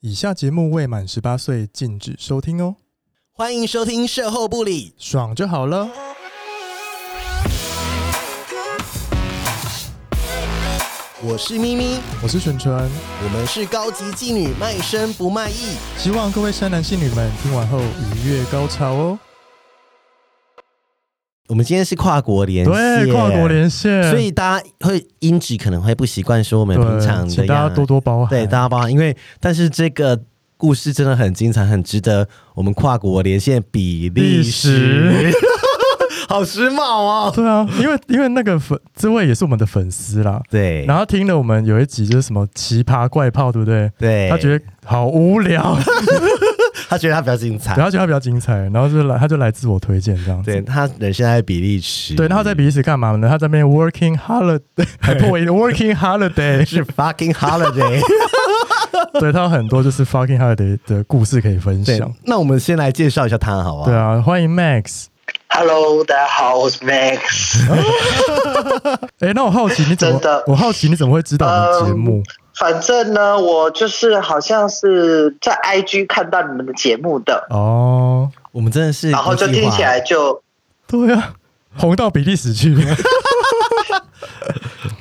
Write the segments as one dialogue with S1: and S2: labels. S1: 以下节目未满十八岁禁止收听哦，
S2: 欢迎收听《售后不理》，
S1: 爽就好了。
S2: 我是咪咪，
S1: 我是纯纯，
S2: 我们是高级妓女，卖身不卖艺。
S1: 希望各位山男信女们听完后愉悦高潮哦。
S2: 我们今天是跨国连线，
S1: 对，跨国连线，
S2: 所以大家会音质可能会不习惯，说我们平常
S1: 对，
S2: 的
S1: 请大
S2: 样
S1: 家多多包涵。
S2: 对大家包涵，因为但是这个故事真的很精彩，很值得我们跨国连线比利时， 好时髦哦。
S1: 对啊，因为因为那个粉，这位也是我们的粉丝啦。
S2: 对，
S1: 然
S2: 后
S1: 后听了我们有一集就是什么奇葩怪炮，对不对？
S2: 对
S1: 他觉得好无 聊，
S2: 他觉得他比较精彩
S1: 然，后觉得他比较精彩，然后就来他就来自我推荐这样子。
S2: 对他人现在在比利时，
S1: 对，然后在比利时干嘛呢？他在那边 working holiday，还破音 working holiday，
S2: 是 fucking holiday。
S1: 对他有很多就是 fucking holiday 的故事可以分
S2: 对
S1: 享。，
S2: 那我们先来介绍一下他，好不好？
S1: 对啊，欢迎 Max。
S3: Hello，大家好，我是 Max。
S1: 哎，那我好奇你怎么
S3: 真的，
S1: 我好奇你怎么会知道我们节目？
S3: 反正呢，我就是好像是在 IG 看到你们的节目的，
S2: 嗯
S1: 哦，
S2: 我们真的是
S3: 然后就
S2: 国际化
S3: 听起来就
S1: 对啊，红到比利时去。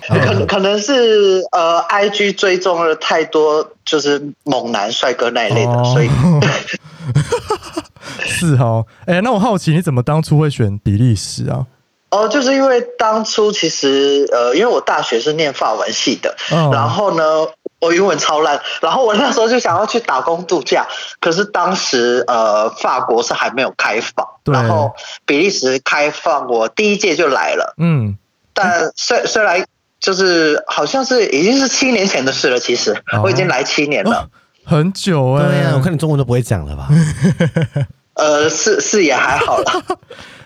S3: 可可能是呃 IG 追踪了太多就是猛男帅哥那一类的，
S1: 哦
S3: 所以
S1: 是哦，哎，那我好奇你怎么当初会选比利时啊？
S3: 哦，就是因为当初其实呃，因为我大学是念法文系的，
S1: 哦
S3: 然后呢，我英文超烂，然后我那时候就想要去打工度假，可是当时呃，法国是还没有开放，
S1: 对
S3: 然后比利时开放，我第一届就来了，
S1: 嗯，
S3: 但虽虽然就是好像是已经是七年前的事了，其实
S1: 哦
S3: 我已经来七年了
S1: 哦，很久哎、
S2: 对呀、啊我看你中文都不会讲了吧？
S3: 呃，是是也还好啦。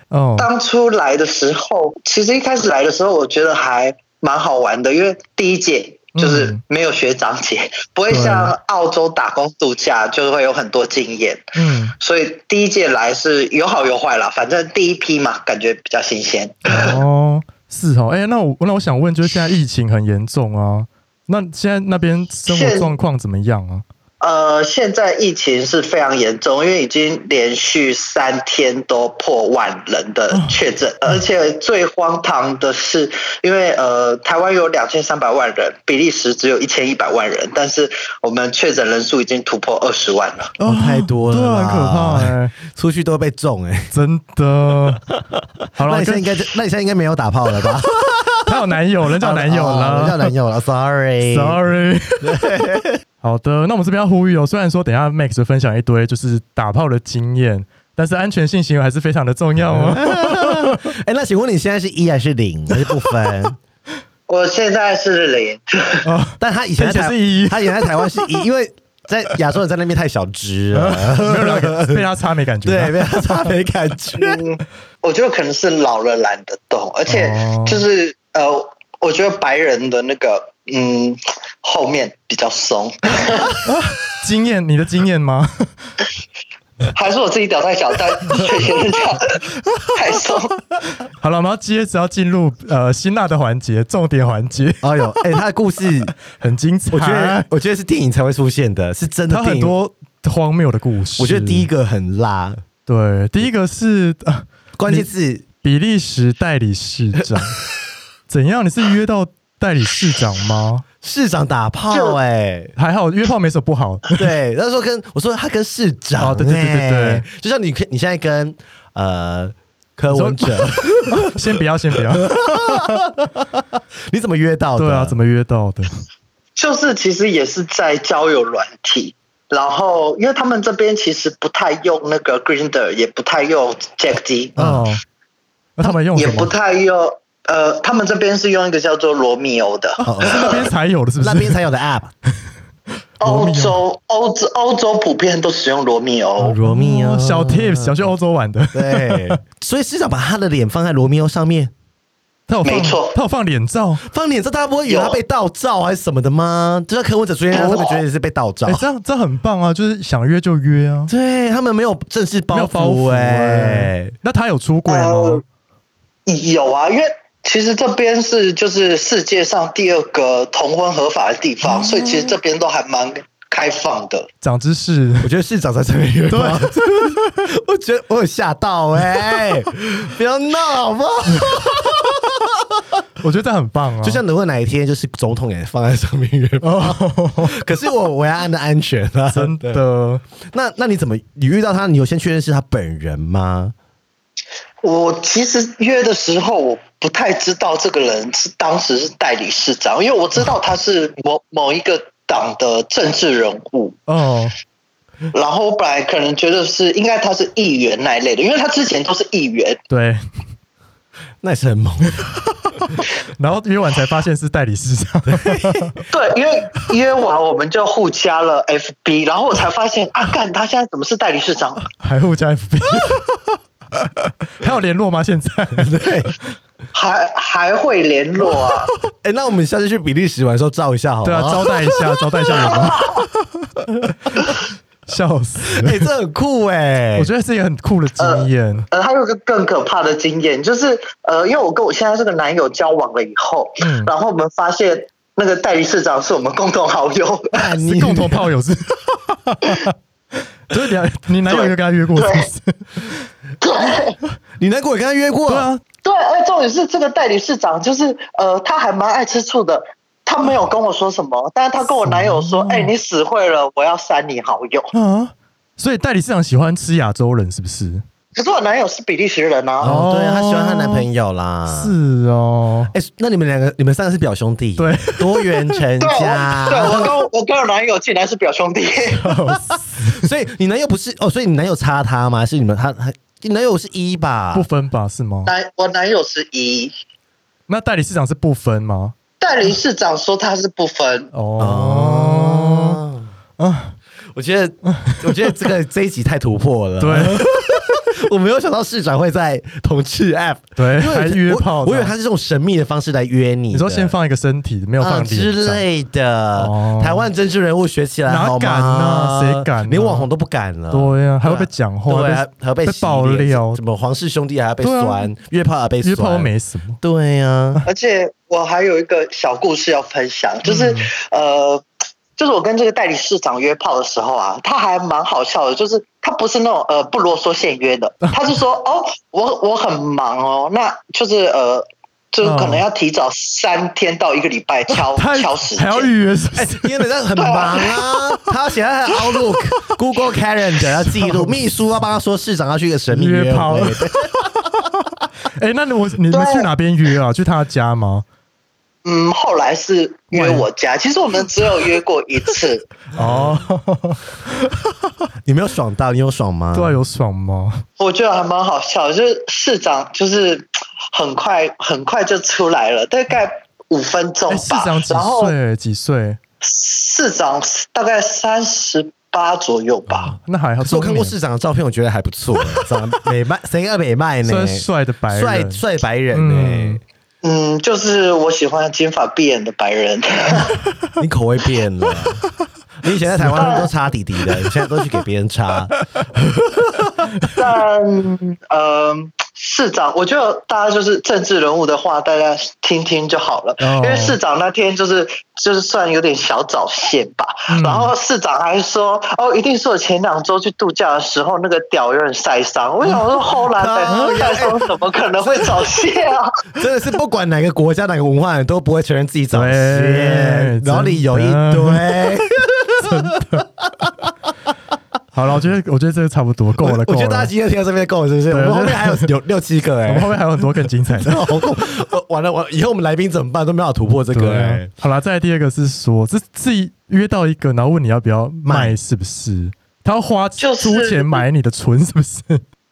S1: 哦，
S3: 当初来的时候，其实一开始来的时候，我觉得还蛮好玩的，因为第一届就是没有学长姐， 不会像澳洲打工度假，就是会有很多经验。
S1: 嗯，
S3: 所以第一届来是有好有坏啦，反正第一批嘛，感觉比较新鲜。
S1: 哦，是哦，哎、那我那我想问，就是现在疫情很严重啊，那现在那边生活状况怎么样啊？
S3: 呃，现在疫情是非常严重，因为已经连续三天都破万人的确诊，而且最荒唐的是，因为呃，台湾有两千三百万人，比利时只有一千一百万人，但是我们确诊人数已经突破二十万了。
S2: 哦太多了
S1: 对啊，很可怕哎、
S2: 出去都会被中哎、
S1: 真 的。好
S2: 那
S1: 了，
S2: 你现
S1: 跟
S2: 在应该，那你现在应该没有打炮了 吧？
S1: 她有男友，人家有男友
S2: 哦
S1: 了、
S2: 叫男友了，sorry。
S1: s o r r y 好的，那我们这边要呼吁哦，虽然说等一下 Max 会分享一堆就是打炮的经验，但是安全性行为还是非常的重要 哦。
S2: 哎、那请问你现在是一还是零还是 不分？
S3: 我现在是零，
S1: 哦
S2: 但他以前在
S1: 而
S2: 台
S1: 且是一
S2: 他以前在台湾是一，因为在亚洲人在那边太小只 了，
S1: 没有人要被他插没感觉到。
S2: 对，没有差没感 觉。
S3: 嗯，我觉得可能是老了懒得动，而且
S1: 哦
S3: 就是、呃，我觉得白人的那个嗯后面比较松，
S1: 经验，你的经验吗？
S3: 还是我自己屌太小， 但确实是这样，太松。
S1: 好了，我们要接着要进入呃辛辣的环节，重点环节，
S2: 哎呦，哎、他的故事，
S1: 很精彩。
S2: 我觉得我觉得是电影才会出现的，是真的
S1: 他
S2: 电
S1: 很
S2: 影。
S1: 多荒谬的故事。
S2: 我觉得第一个很辣，
S1: 对，第一个是、呃、
S2: 关键字
S1: 比利时代理市 长，怎样？你是约到代理市长吗？
S2: 市长打炮
S3: 就
S2: 哎、
S1: 还好约炮没什么不好。
S2: 对，那时候跟我说他跟市长、
S1: 哦对对对对
S2: 欸就像你可你现在跟呃柯文哲，
S1: 先不要，先不要。
S2: 啊你怎么约到的？
S1: 对啊，怎
S2: 么
S1: 么约到的？
S3: 就是其实也是在交友软体，然后因为他们这边其实不太用那个 Grinder，也不太用 Jack D，
S2: 啊
S1: 哦，那他们用
S3: 也
S1: 什
S3: 不
S1: 么？
S3: 太用呃，他们这边是用一个叫做罗密欧的。
S2: 哦
S1: 是那边才有的，是不是？
S2: 那边才有的 app？
S1: 罗
S3: 欧
S1: 密欧
S3: 洲、欧洲、欧洲普遍都使用罗密
S1: 哦
S3: 欧，
S2: 罗密欧
S1: 小 tips，想去欧洲玩的。
S2: 哦啊对，所以市长把他的脸放在罗密欧上面，
S1: 他有放
S3: 没错哦
S1: 他有放脸照。
S2: 放脸，这大家不会以为
S3: 有
S2: 他被盗照还是什么的吗？就像柯文哲出现，他会不会觉得也是被盗照
S1: 哎、？这样这样很棒啊，就是想约就约啊，
S2: 对他们没有正式
S1: 没
S2: 包
S1: 有包
S2: 袱
S1: 袱哎、
S2: 哎，
S1: 那他有出轨吗
S3: 哦？有啊，因为其实这边
S1: 哦
S3: 是就是世界上第二个同婚合法的地方，所以其实这边都还蛮开放的。
S1: 长知识，
S2: 我觉得市长才成为约炮， 我觉得我有吓到 哎、不要闹好不好？
S1: 我觉得这很棒啊！
S2: 就像如果哪一天就是总统也放在上面约炮，
S1: 哦，
S2: 可是我我要按的安全啊，
S1: 真的，
S2: 那那你怎么你遇到他？你有先确认是他本人吗？
S3: 我其实约的时候，我不太知道这个人是当时是代理市长，因为我知道他是某 某一个党的政治人物，
S1: 哦，
S3: 然后我本来可能觉得是应该他是议员那一类的，因为他之前都是议员，
S1: 对。
S2: 那也是很猛，
S1: 然后约完才发现是代理市长，
S3: 对，因为约完我们就互加了 FB，然后我才发现啊，干他现在怎么是代理市长？
S1: 还互加 FB，还有联络吗？现在
S2: 对。
S3: 还还会联络啊？
S2: 哎、那我们下次去比利时玩的时候照一下好吗？
S1: 对啊，招待一 下，招待一下人吗？笑死！
S2: 哎、这很酷 哎、
S1: 我觉得是一个很酷的经验，
S3: 呃，还有一个更可怕的经验，就是呃，因为我跟我现在这个男友交往了以后，
S1: 嗯
S3: 然后我们发现那个代理市长是我们共同好友，
S2: 得
S1: 是共同炮 友是，就是两你男友就跟他约过是不是？
S3: 对
S2: 你那个我跟他约过，
S1: 对啊，
S3: 对，而重点是这个代理市长就是呃，他还蛮爱吃醋的。他没有跟我说什么，但是他跟我男友说：“哎、你死会了，我要删你好友。
S1: 啊，所以代理市长喜欢吃亚洲人是不是？”
S3: 可是我男友是比利时人啊，
S2: 哦，对啊，她喜欢她
S1: 哦
S2: 男朋友啦。，
S1: 是哦，
S2: 哎、那你们两个，你们三个是表兄弟，
S1: 对，
S2: 多元成
S3: 对，我 对
S2: 家。
S3: 我跟我我跟我男友竟然是表兄弟，
S2: 所以你男友不是哦，所以你男友插她吗？是你们他他，你男友是一吧
S1: 不？分吧是吗？
S3: 男我男友是一，那
S1: 那代理市长是不分吗？
S3: 代理市长说他是不分，
S1: 哦，
S2: 哦，
S1: 啊，
S2: 我觉得，我觉得 这个这一集太突破了。
S1: 对
S2: 我没有想到市长会在同志 App，
S1: 对，
S2: 因为我
S1: 还约炮的，
S2: 我以为他是这种神秘的方式来约你的。
S1: 你说先放一个身体，没有
S2: 啊
S1: 放脸
S2: 之
S1: 上，
S2: 类的
S1: 哦，
S2: 台湾政治人物学起来
S1: 哪
S2: 好吗
S1: 敢啊谁敢啊
S2: 连网红都不敢了。
S1: 对呀，还会被讲话，
S2: 对啊，还要被
S1: 被
S2: 洗
S1: 爆
S2: 脸
S1: 料
S2: 什，么皇室兄弟还要被
S1: 对啊
S2: 酸，约炮还被酸，
S1: 约炮没什么，
S2: 对啊呀，
S3: 而且我还有一个小故事要分享，就是、
S1: 嗯
S3: 呃，就是我跟这个代理市长约炮的时候啊，他还蛮好笑的，就是他不是那种呃不啰嗦现约 的，他是说哦，我我很忙哦，那就是呃。就是可能要提早三天到一个礼拜敲
S1: 哦 他
S3: 哦敲时
S1: 还
S3: 间，
S1: 要预约是不
S2: 哎
S1: 是？，
S2: 因为人家很忙 啊，他要写在他的 Outlook、Google Calendar 要记 录，秘书要帮他说市长要去一个神秘
S1: 约
S2: 约
S1: 炮
S2: 会，
S1: 哎，那我你们
S3: 对
S1: 去哪边约啊？去他家吗？
S3: 嗯，后来是约我家，其实我们只有约过一次，
S1: 哦，
S2: 你没有爽到，你有爽吗？
S1: 对啊，有爽吗？
S3: 我觉得还蛮好笑的，就是市长就是很快很快就出来了，大概五分钟
S1: 哎，市
S3: 吧。
S1: 长几
S3: 哦然后
S1: 岁？几岁？
S3: 市长大概三十八左右吧，
S1: 那还好，
S2: 可是我看过
S1: 中
S2: 市长的照片，我觉得还不 错，长得美卖，谁要美卖
S1: 年算
S2: 呢？
S1: 帅的白人，
S2: 帅帅白人
S1: 嗯
S2: 呢？
S3: 嗯，就是我喜欢金发碧眼的白人，
S2: 你口味变 了。你以前在台湾都插弟弟的，你现在都去给别人插。
S3: 但呃，市长，我觉得大家就是政治人物的话，大家听听就好了，
S1: 哦
S3: 因为市长那天就是就是算有点小早泄吧，
S1: 嗯
S3: 然后市长还说哦，一定是我前两周去度假的时候那个屌有点晒伤，我想说后来
S1: 啊
S2: 嗯
S1: 哎
S3: 晒伤怎么可能会早泄啊？
S2: 真的是不管哪个国家、哪个文化人都不会承认自己早泄
S1: 对，
S2: 然后理由一
S1: 真
S2: 堆。
S1: 好了，我觉得我觉得这个差不多够了，
S2: 我
S1: 够
S2: 觉得大家
S1: 了。
S2: 今天听到这边够了，是不是？我
S1: 对
S2: 们
S1: 我
S2: 后
S1: 觉
S2: 面
S1: 得
S2: 还有有六七个
S1: 我们后
S2: 哎，
S1: 面还有很多更精彩的。
S2: 好恐我完了，完了以后我们来宾怎么办？都没有突破 这个
S1: 啊
S2: 哎。
S1: 好啦，再来第二个是说，是自己约到一个，然后问你要不要卖，是不是？他要花
S3: 就是
S1: 出钱买你的唇，是不是？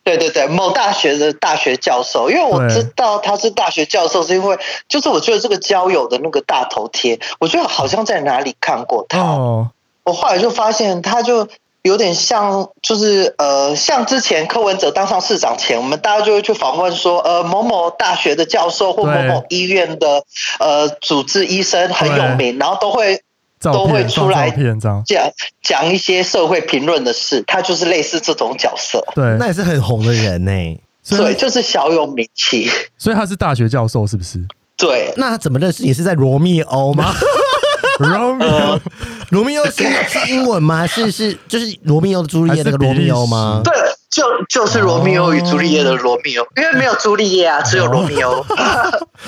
S3: 对对对，某大学的大学教授，因为我
S1: 对
S3: 知道他是大学教授，是因为就是我觉得这个交友的那个大头贴，我觉得好像在哪里看过他。
S1: 哦，
S3: 我后来就发现，他就有点像，就是呃，像之前柯文哲当上市长前，我们大家就会去访问说，呃，某某大学的教授或某
S1: 对
S3: 某医院的呃主治医生很有名，然后都会
S1: 照
S3: 都会
S1: 片
S3: 出
S1: 放
S3: 来
S1: 照片这样，
S3: 讲讲一些社会评论的事，他就是类似这种角色，
S1: 对
S2: 那，也是很红的人呢。
S3: 所
S1: 所
S3: 以
S1: 以
S3: 就是小有名气。
S1: 所以他是大学教授，是不是？
S3: 对，
S2: 那他怎么认识你？是在罗密欧吗？
S3: 呃
S1: Romeo
S2: 罗密欧是是英文吗？是是就是罗密欧的朱丽叶那个罗密欧吗？
S3: 对，就就是罗密欧与朱丽叶的罗密欧，因为没有朱丽叶啊，只有罗密欧。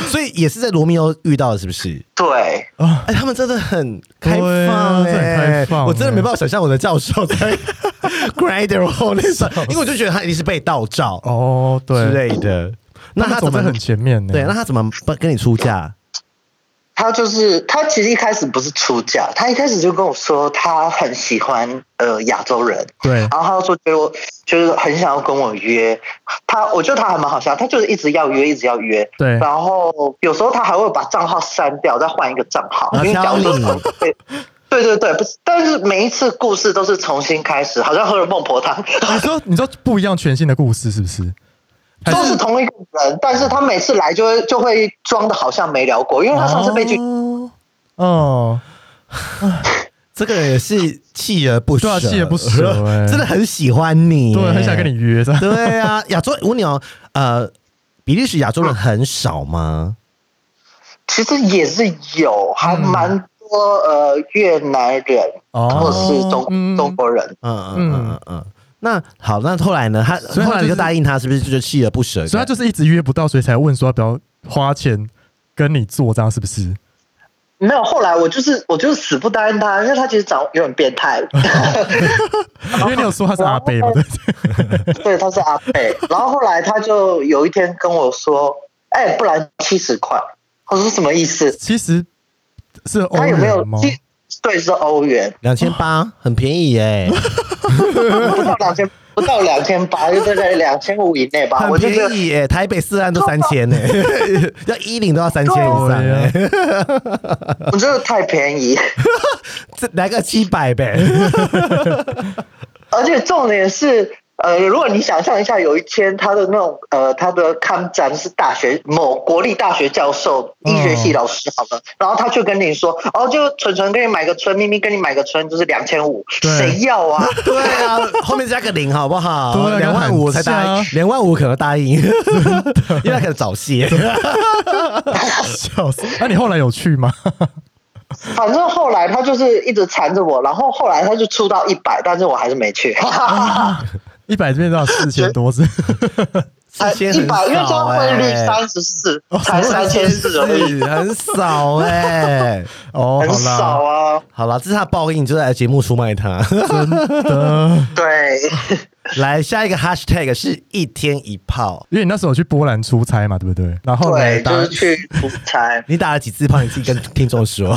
S2: 所以也是在罗密欧遇到的，是不是？
S3: 对，
S1: 啊，
S2: 哎、他们真的很开放、
S1: 对
S2: 欸，
S1: 啊这很开放哎
S2: 我真的没办法想象我的教授 在 Grader 后那时候，因为我就觉得他一定是被盗照
S1: 哦，
S2: 之
S1: 对，
S2: 类的。那
S1: 那
S2: 他
S1: 他
S2: 怎
S1: 走
S2: 么
S1: 在很前面呢？
S2: 对？那他怎么不跟你出嫁？
S3: 他就是他，其实一开始不是出嫁，他一开始就跟我说他很喜欢呃亚洲人，
S1: 对
S3: 然后他说觉得我就是很想要跟我约他，我觉得他还蛮好笑，他就是一直要约，一直要约。
S1: 对
S3: 然后有时候他还会把账号删掉，再换一个账号，
S2: 啊
S3: 因为
S2: 挑
S3: 假如说
S2: 你
S3: 对对对对，不是，但是每一次故事都是重新开始，好像喝了孟婆汤，
S1: 你说你说不一样全新的故事是不是？还
S3: 都是同一个人，但是他每次来就会就会装的好像没聊过，因为他上次被拒，
S1: 哦哦，
S2: 这个人也是锲而不舍，
S1: 对啊锲而不 舍欸
S2: 真的很喜欢你，哎
S1: 对，很想跟你。约是吧？
S2: 对啊， 亚洲，我问你哦，呃，比利时亚洲人很少吗？
S3: 其实也是有，还蛮多呃越南人
S1: 嗯哦
S3: 或是中
S1: 嗯
S3: 中国人，
S2: 嗯嗯嗯嗯嗯。那好，那后来呢？他
S1: 以他
S2: 后来你
S1: 就
S2: 就是答应他，是不是就锲而不舍？
S1: 所以他就是一直约不到，所以才问说要不要花钱跟你做，这样是不是？
S3: 没有，后来我就是我就是死不答应他，因为他其实长得有点变态， 啊
S1: 因为你有说他是阿贝嘛，对不对？
S3: 对，他是阿贝。然后后来他就有一天跟我说：“哎、不然七十块。”我说什么意思？
S1: 其实是欧
S3: 他有没有
S1: 元吗？
S3: 七？对，是 欧元，
S2: 两千
S3: 哦
S2: 八，很便宜耶、
S3: 不到两千，不到两千八，就大概两千五以内吧。啊我
S2: 很
S3: 就觉
S2: 便
S3: 得
S2: 宜耶、台北四岸都三千呢， 要衣领都要三千以上、欸，
S1: 对啊，
S3: 我真的太便宜，
S2: 这来个七百呗。
S3: 而且重点是。呃，如果你想象一下，有一天他的那种呃，他的看展是大学某国立大学教授、
S1: 嗯
S3: 医学系老师好了，然后他就跟你说，哦，就纯纯给你买个春，咪咪给你买个春，就是两千五，
S1: 对
S3: 谁要啊？
S2: 对啊，后面加个零好不好？
S1: 对
S2: 两万五才答
S1: 很
S2: 应，两万五可能答 应，因为他可能早泄。
S3: 啊
S1: 笑死！那啊你后来有去吗？
S3: 反正后来他就是一直缠着我，然后后来他就出到一百，但是我还是没去。
S1: 一百变到四千多是？
S2: 四千
S3: 一
S2: 很
S3: 百，因为这样
S2: 少
S3: 汇率
S2: 哎、
S3: 三十四，才哦三 千四而已，
S2: 是很少哎、
S1: 哦，
S3: 很
S1: 好
S3: 少
S1: 啦，
S3: 啊。
S2: 好了，这是他的报应，就在节目出卖他。
S3: 对，
S2: 来，下一个 hashtag 是一天一炮。
S1: 因为你那时候有去波兰出差嘛，对不对？然后呢
S3: 对，，
S1: 打
S3: 就是去出差，
S2: 你打了几次炮？你自己跟听众说。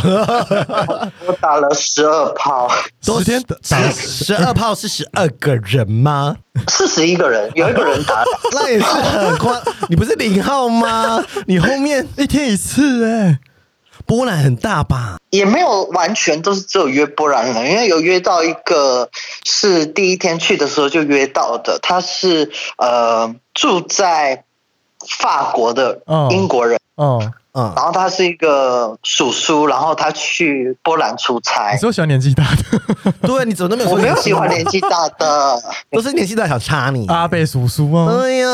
S3: 我打了十二炮，
S1: 十天打
S2: 打十二炮是十二个 人吗？
S3: 四十一个人，有一个人打了。
S2: 那也是很夸。 你不是零号吗？你后面
S1: 一天一次哎，
S2: 波澜很大吧？
S3: 也没有完全都是只有约波兰人，因为有约到一个是第一天去的时候就约到的，他是呃住在法国的
S1: 哦
S3: 英国人，
S1: 哦，
S2: 嗯
S3: 然，后他是一个叔叔，然后他去波兰出差
S1: 你。说喜欢年纪大 的
S2: 对，啊你怎么都没有
S3: 我
S2: 说
S3: 没有
S2: 年纪
S3: 喜欢年纪大 的，
S2: 都是年纪大想插你。
S1: 阿贝叔叔啊，
S2: 哎呀，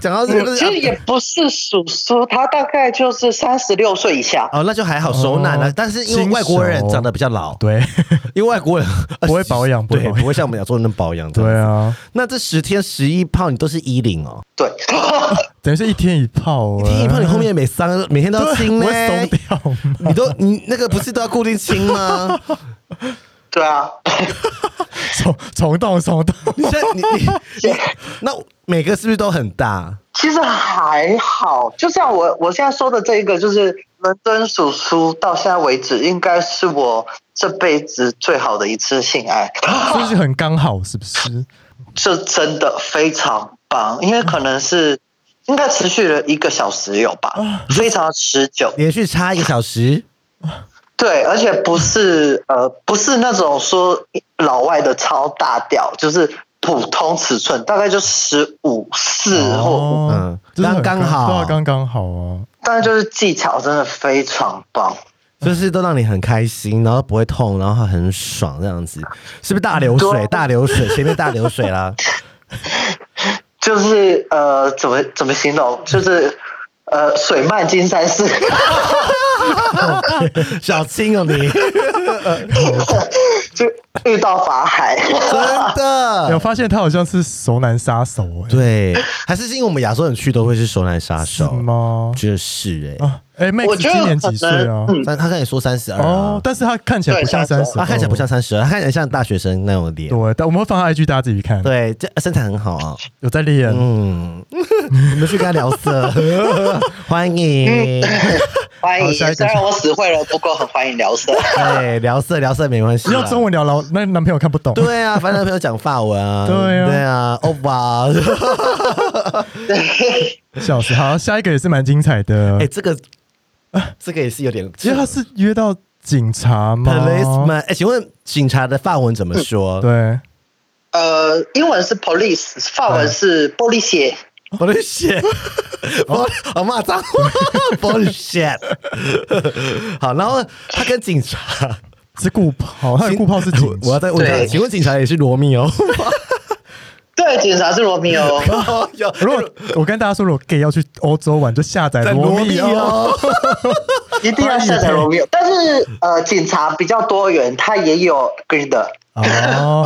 S2: 讲到这个，
S3: 嗯其实也不是叔叔，他大概就是三十六岁以下。
S2: 哦，那就还好收纳了。
S1: 哦
S2: 但是因为外国人长得比较老，
S1: 对
S2: 因为外国人
S1: 不会保养不会
S2: 对，
S1: 保养
S2: 不会像我们亚洲人那么保养。
S1: 对，啊，
S2: 那这十天十一炮你都是衣领哦，
S3: 对，
S1: 等于是一天一炮哎，
S2: 一天一炮你后面每三个每天都要欸
S1: 对
S2: 清
S1: 不
S2: 呢，
S1: 会松掉吗？
S2: 你都你那个不是都要固定清吗？
S3: 对啊，
S1: 虫 虫洞虫洞，
S2: 你现在你你你那每个是不是都很大？
S3: 其实还好，就像我我现在说的这一个，就是伦敦叔叔到现在为止，应该是我这辈子最好的一次性爱，
S2: 啊
S1: 就是很刚好，是不是？
S3: 这真的非常棒，因为可能是应该持续了一个小时有吧，非常持久。
S2: 连续插一个小时，
S3: 对，而且不是呃，不是那种说老外的超大调，就是普通尺寸，大概就十五四或五，
S1: 哦，
S2: 嗯
S1: 就是很
S2: 刚刚好嗯
S1: 对啊，刚刚好啊。
S3: 当然就是技巧真的非常棒。
S2: 就是都让你很开心，然后不会痛，然后很爽这样子，是不是大流水？
S3: 对
S2: 大流水，前面大流水啦，
S3: 就是呃，怎么怎么形容？就是呃，水漫金山寺，
S2: 小青哦你，
S3: 就遇到法海，
S2: 真
S1: 有
S2: 的。
S1: 哎发现他好像是熟男杀手、欸，
S2: 对，还是因为我们亚洲人去都会是熟男杀
S1: 是
S2: 手，
S1: 吗？
S2: 就是哎、
S1: 啊，哎、m a
S3: 我
S1: x
S3: 觉
S1: 今
S3: 得
S1: 年
S3: 可
S1: 几岁
S3: 能
S1: 啊，？
S3: 嗯，
S2: 但他刚才说三十二啊
S1: 哦，但是他看起来不像
S3: 对
S1: 三
S3: 他
S1: 十，哦
S2: 他看起来不像三十二，他看起来像大学生那种脸。
S1: 对，但我们会放他 IG，大家自己去看。，
S2: 对，这身材很好啊。
S1: 有在练，
S2: 嗯，你们去跟他聊 色，欢迎。
S3: 欢
S1: 好
S3: 迎。
S1: 下一个
S3: 虽然我死会了，不过很欢迎聊色。
S2: 对，哎聊色聊色没关系
S1: 你
S2: 啊。
S1: 用中文聊老那男朋友看不懂。
S2: 对啊，反正朋友讲法文啊。
S1: 对啊
S2: 对啊，欧巴。
S1: 笑死。好，下一个也是蛮精彩的
S2: 哎，，这个这个也是有点。
S1: 因为他是约到警察吗
S2: policeman，哎，请问警察的法文怎么说？
S1: 对，
S3: 呃，英文是 police，法文是玻璃鞋。
S2: bullshit，我骂脏 话 bullshit。好，然后他跟警 察，
S1: 是顾炮，他的顾炮是警察
S2: 我要再问一下，
S3: 对
S2: 请问警察也是罗密哦 欧吗？
S3: 对，警察是罗密欧。
S2: 有
S1: 如果我跟大家说，如果 gay 要去欧洲玩，就下载
S2: 在罗密哦
S1: 密欧。
S2: 欧，
S3: 一定要下载罗密欧，但是呃，警察比较多元，他也有 Green 的，
S1: 哦，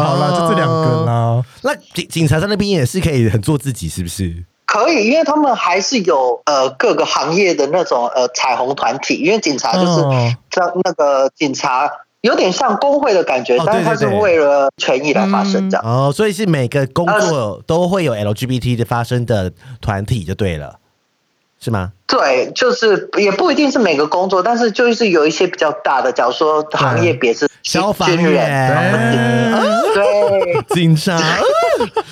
S1: 好啦，就这两个啦。
S2: 那警警察在那边也是可以很做自己，是不是？
S3: 可以，因为他们还是有呃各个行业的那种呃彩虹团体，因为警察就是
S1: 哦
S3: 像那个警察有点像工会的感觉，
S2: 哦
S3: 但是他
S2: 对
S3: 是
S2: 对对
S3: 为了权益来发声
S1: 啊
S3: 这样。
S2: 哦，所以是每个工
S1: 呃
S2: 作都会有 LGBT 的发生的团体就对了，是吗？
S3: 对，就是也不一定是每个工作，但是就是有一些比较大的，假如说行业别是
S2: 消防
S3: 军人，
S2: 员、
S3: 对。
S2: 警察，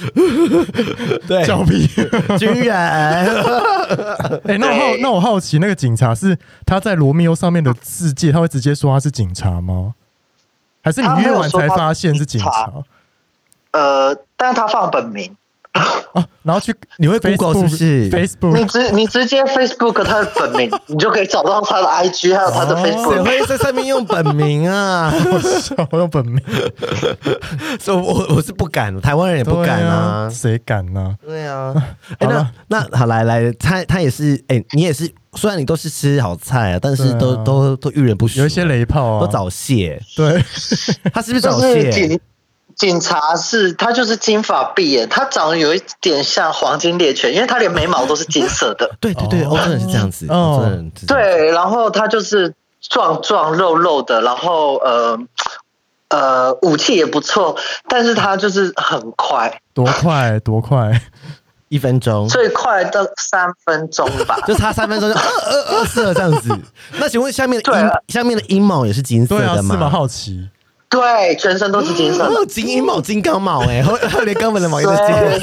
S2: 对，
S1: 叫屁！
S2: 军 人，
S1: 哎，那我好，
S3: 对
S1: 那我好奇，那个警察是他在罗密欧上面的字界，他会直接说他是警察吗？还是你约完才发现是警
S3: 他
S1: 察
S3: 没？呃，但是他放本名，
S1: 啊，然后去
S2: 你会
S1: Facebook
S2: Google 是不是
S3: 你
S1: Facebook
S3: 直你直接 Facebook 他的本名，你就可以找到他的 IG，还有他的
S1: 哦
S2: 谁
S3: Facebook。
S2: 会在上面用本名啊？
S1: 我用本名，
S2: 所以我我是不敢，台湾人也 不敢
S1: 对
S2: 啊。
S1: 谁敢呢？
S2: 对啊， 哎、
S1: 好
S2: 那
S1: 了
S2: 那好来来，他他也是，哎、你也是，虽然你都是吃好菜啊，但是都、
S1: 对啊
S2: 都都遇人不淑，
S1: 有一些雷炮啊，
S2: 都早泄，
S1: 对，
S2: 他是不是
S3: 就
S2: 早
S3: 是
S2: 泄？。
S3: 警警察是他就是金发碧眼，他长得有一点像黄金猎犬，因为他连眉毛都是金色的
S2: 对对对，
S1: 哦
S2: 欧洲人是这样子，
S1: 哦
S2: 欧洲人是这样子，
S3: 对，然后他就是壮壮肉肉的，然后呃呃武器也不错，但是他就是很快，
S1: 多快多快，
S2: 一分钟。
S3: 最快到三分钟吧
S2: 就差三分钟就呃呃呃射这样子。 那请问下面的
S3: 对啊
S2: 阴下面的阴毛也是金色
S1: 对啊，
S2: 的
S1: 是
S2: 吗？
S1: 蛮好奇。
S3: 对，全身都是金色 的。
S2: 哦，金阴毛、金刚毛 哎、欸，连肛门的毛也是金。
S3: 对，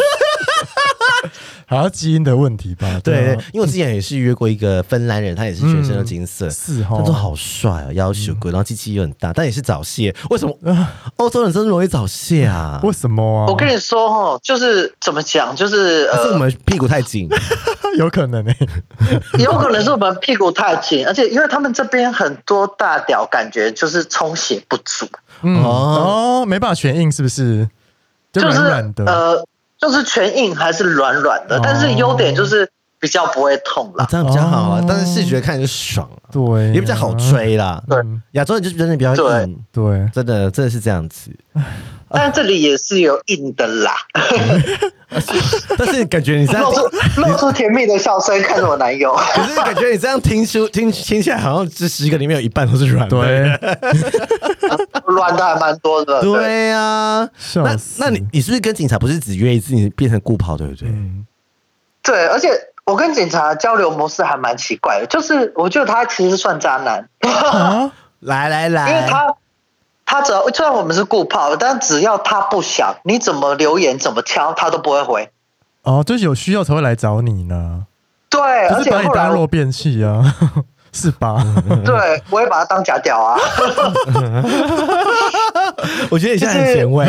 S1: 好像基因的问题吧？
S2: 对，对
S1: 啊，
S2: 因为我之前也是约过一个芬兰人，他也是全身都金色，
S1: 是嗯
S2: 他
S1: 哈，
S2: 都好帅哦，要求过，然后机器又很大，但也是早泄。为 什么
S1: 啊
S2: 欧洲人真的容易早泄啊？
S1: 为什么啊？
S3: 我跟你说哦，就是怎么讲，就是
S2: 还是我
S3: 呃，
S2: 们屁股 太紧？
S1: 有可能呢、欸
S3: 有可能是我们屁股太紧，而且因为他们这边很多大屌，感觉就是充血不足，
S1: 嗯
S2: 哦
S1: 哦，没办法全硬是不是？就
S3: 就是
S1: 软软的、
S3: 呃，就是全硬还是软软的，
S1: 哦
S3: 但是优点就是比较不会痛
S2: 啊
S3: 啦。
S2: 这样比较好啊
S1: 哦，
S2: 但是视觉看就爽啊，
S1: 对、
S2: 也比较好。吹啦。
S3: 对
S1: 嗯，
S2: 亚洲人就是真的比较
S3: 对
S2: 硬，
S1: 对，
S2: 真的真的是这样子。
S1: 啊
S3: 但这里也是有硬的啦，
S2: 但是感觉你这样
S3: 露，出露出甜蜜的笑声看着我 男友。
S2: 可是感觉你这样听出听听起来好像这十个里面有一半都是软的。
S1: 对，
S3: 乱的还蛮多的。对，
S2: 对啊，
S1: 笑
S2: 那
S1: 死
S2: 那你你是不是跟警察不是只约一次，你变成顾跑对不对？
S1: 嗯，
S3: 对，而且我跟警察交流模式还蛮奇怪的，就是我觉得他其实算渣男，
S1: 啊，
S2: 来来
S3: 因为
S2: 来，
S3: 他他只要虽然我们是固炮，但只要他不想，你怎么留言怎么敲他都不会回。
S1: 哦，就是有需要才会来找你呢，
S3: 对，
S1: 不
S3: 而
S1: 是
S3: 且
S1: 把你
S3: 后来
S1: 当
S3: 我嗯
S1: 弱便器啊， 是吧？
S3: 对我也把他当假屌啊。
S2: 我觉得你现在很前卫，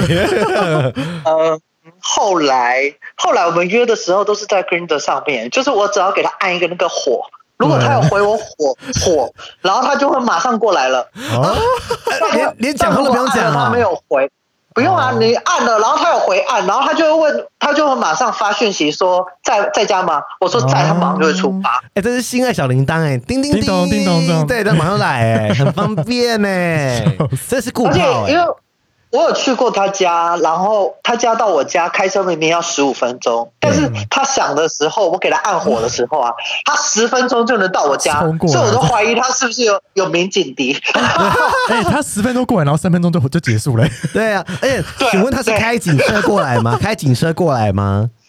S3: 呃，后来后来我们约的时候都是在 Green 的上面，就是我只要给他按一个那个火。如果他有回我火火，然后他就会马上过来了。
S1: 哦，
S2: 连连讲话都不用讲啊哦
S3: 但如果按了他没
S2: 了。
S3: 有回，不用啊，你按了，然后他有回按，然后他就会问，他就会马上发讯息说在在家吗？我说在，
S1: 哦
S3: 他马上就会出发。
S2: 哎、这是心爱小铃铛哎，叮叮
S1: 叮咚叮咚咚
S2: 对，它马上来 哎、很方便哎、这是固
S3: 而且
S2: 炮
S1: 欸
S2: 哎、
S3: 因为我有去过他家，然后他家到我家开车明明要十五分钟，但是他响的时候，我给他按火的时候啊，他十分钟就能到我家，
S1: 冲过来
S3: 所以我都怀疑他是不是有有民警敌。
S1: 哎、他十分钟过来，然后三分钟就就结束了、
S2: 对啊，而且
S3: 对
S2: 请问他是
S3: 对
S2: 开警车过来 吗？开警车过来吗？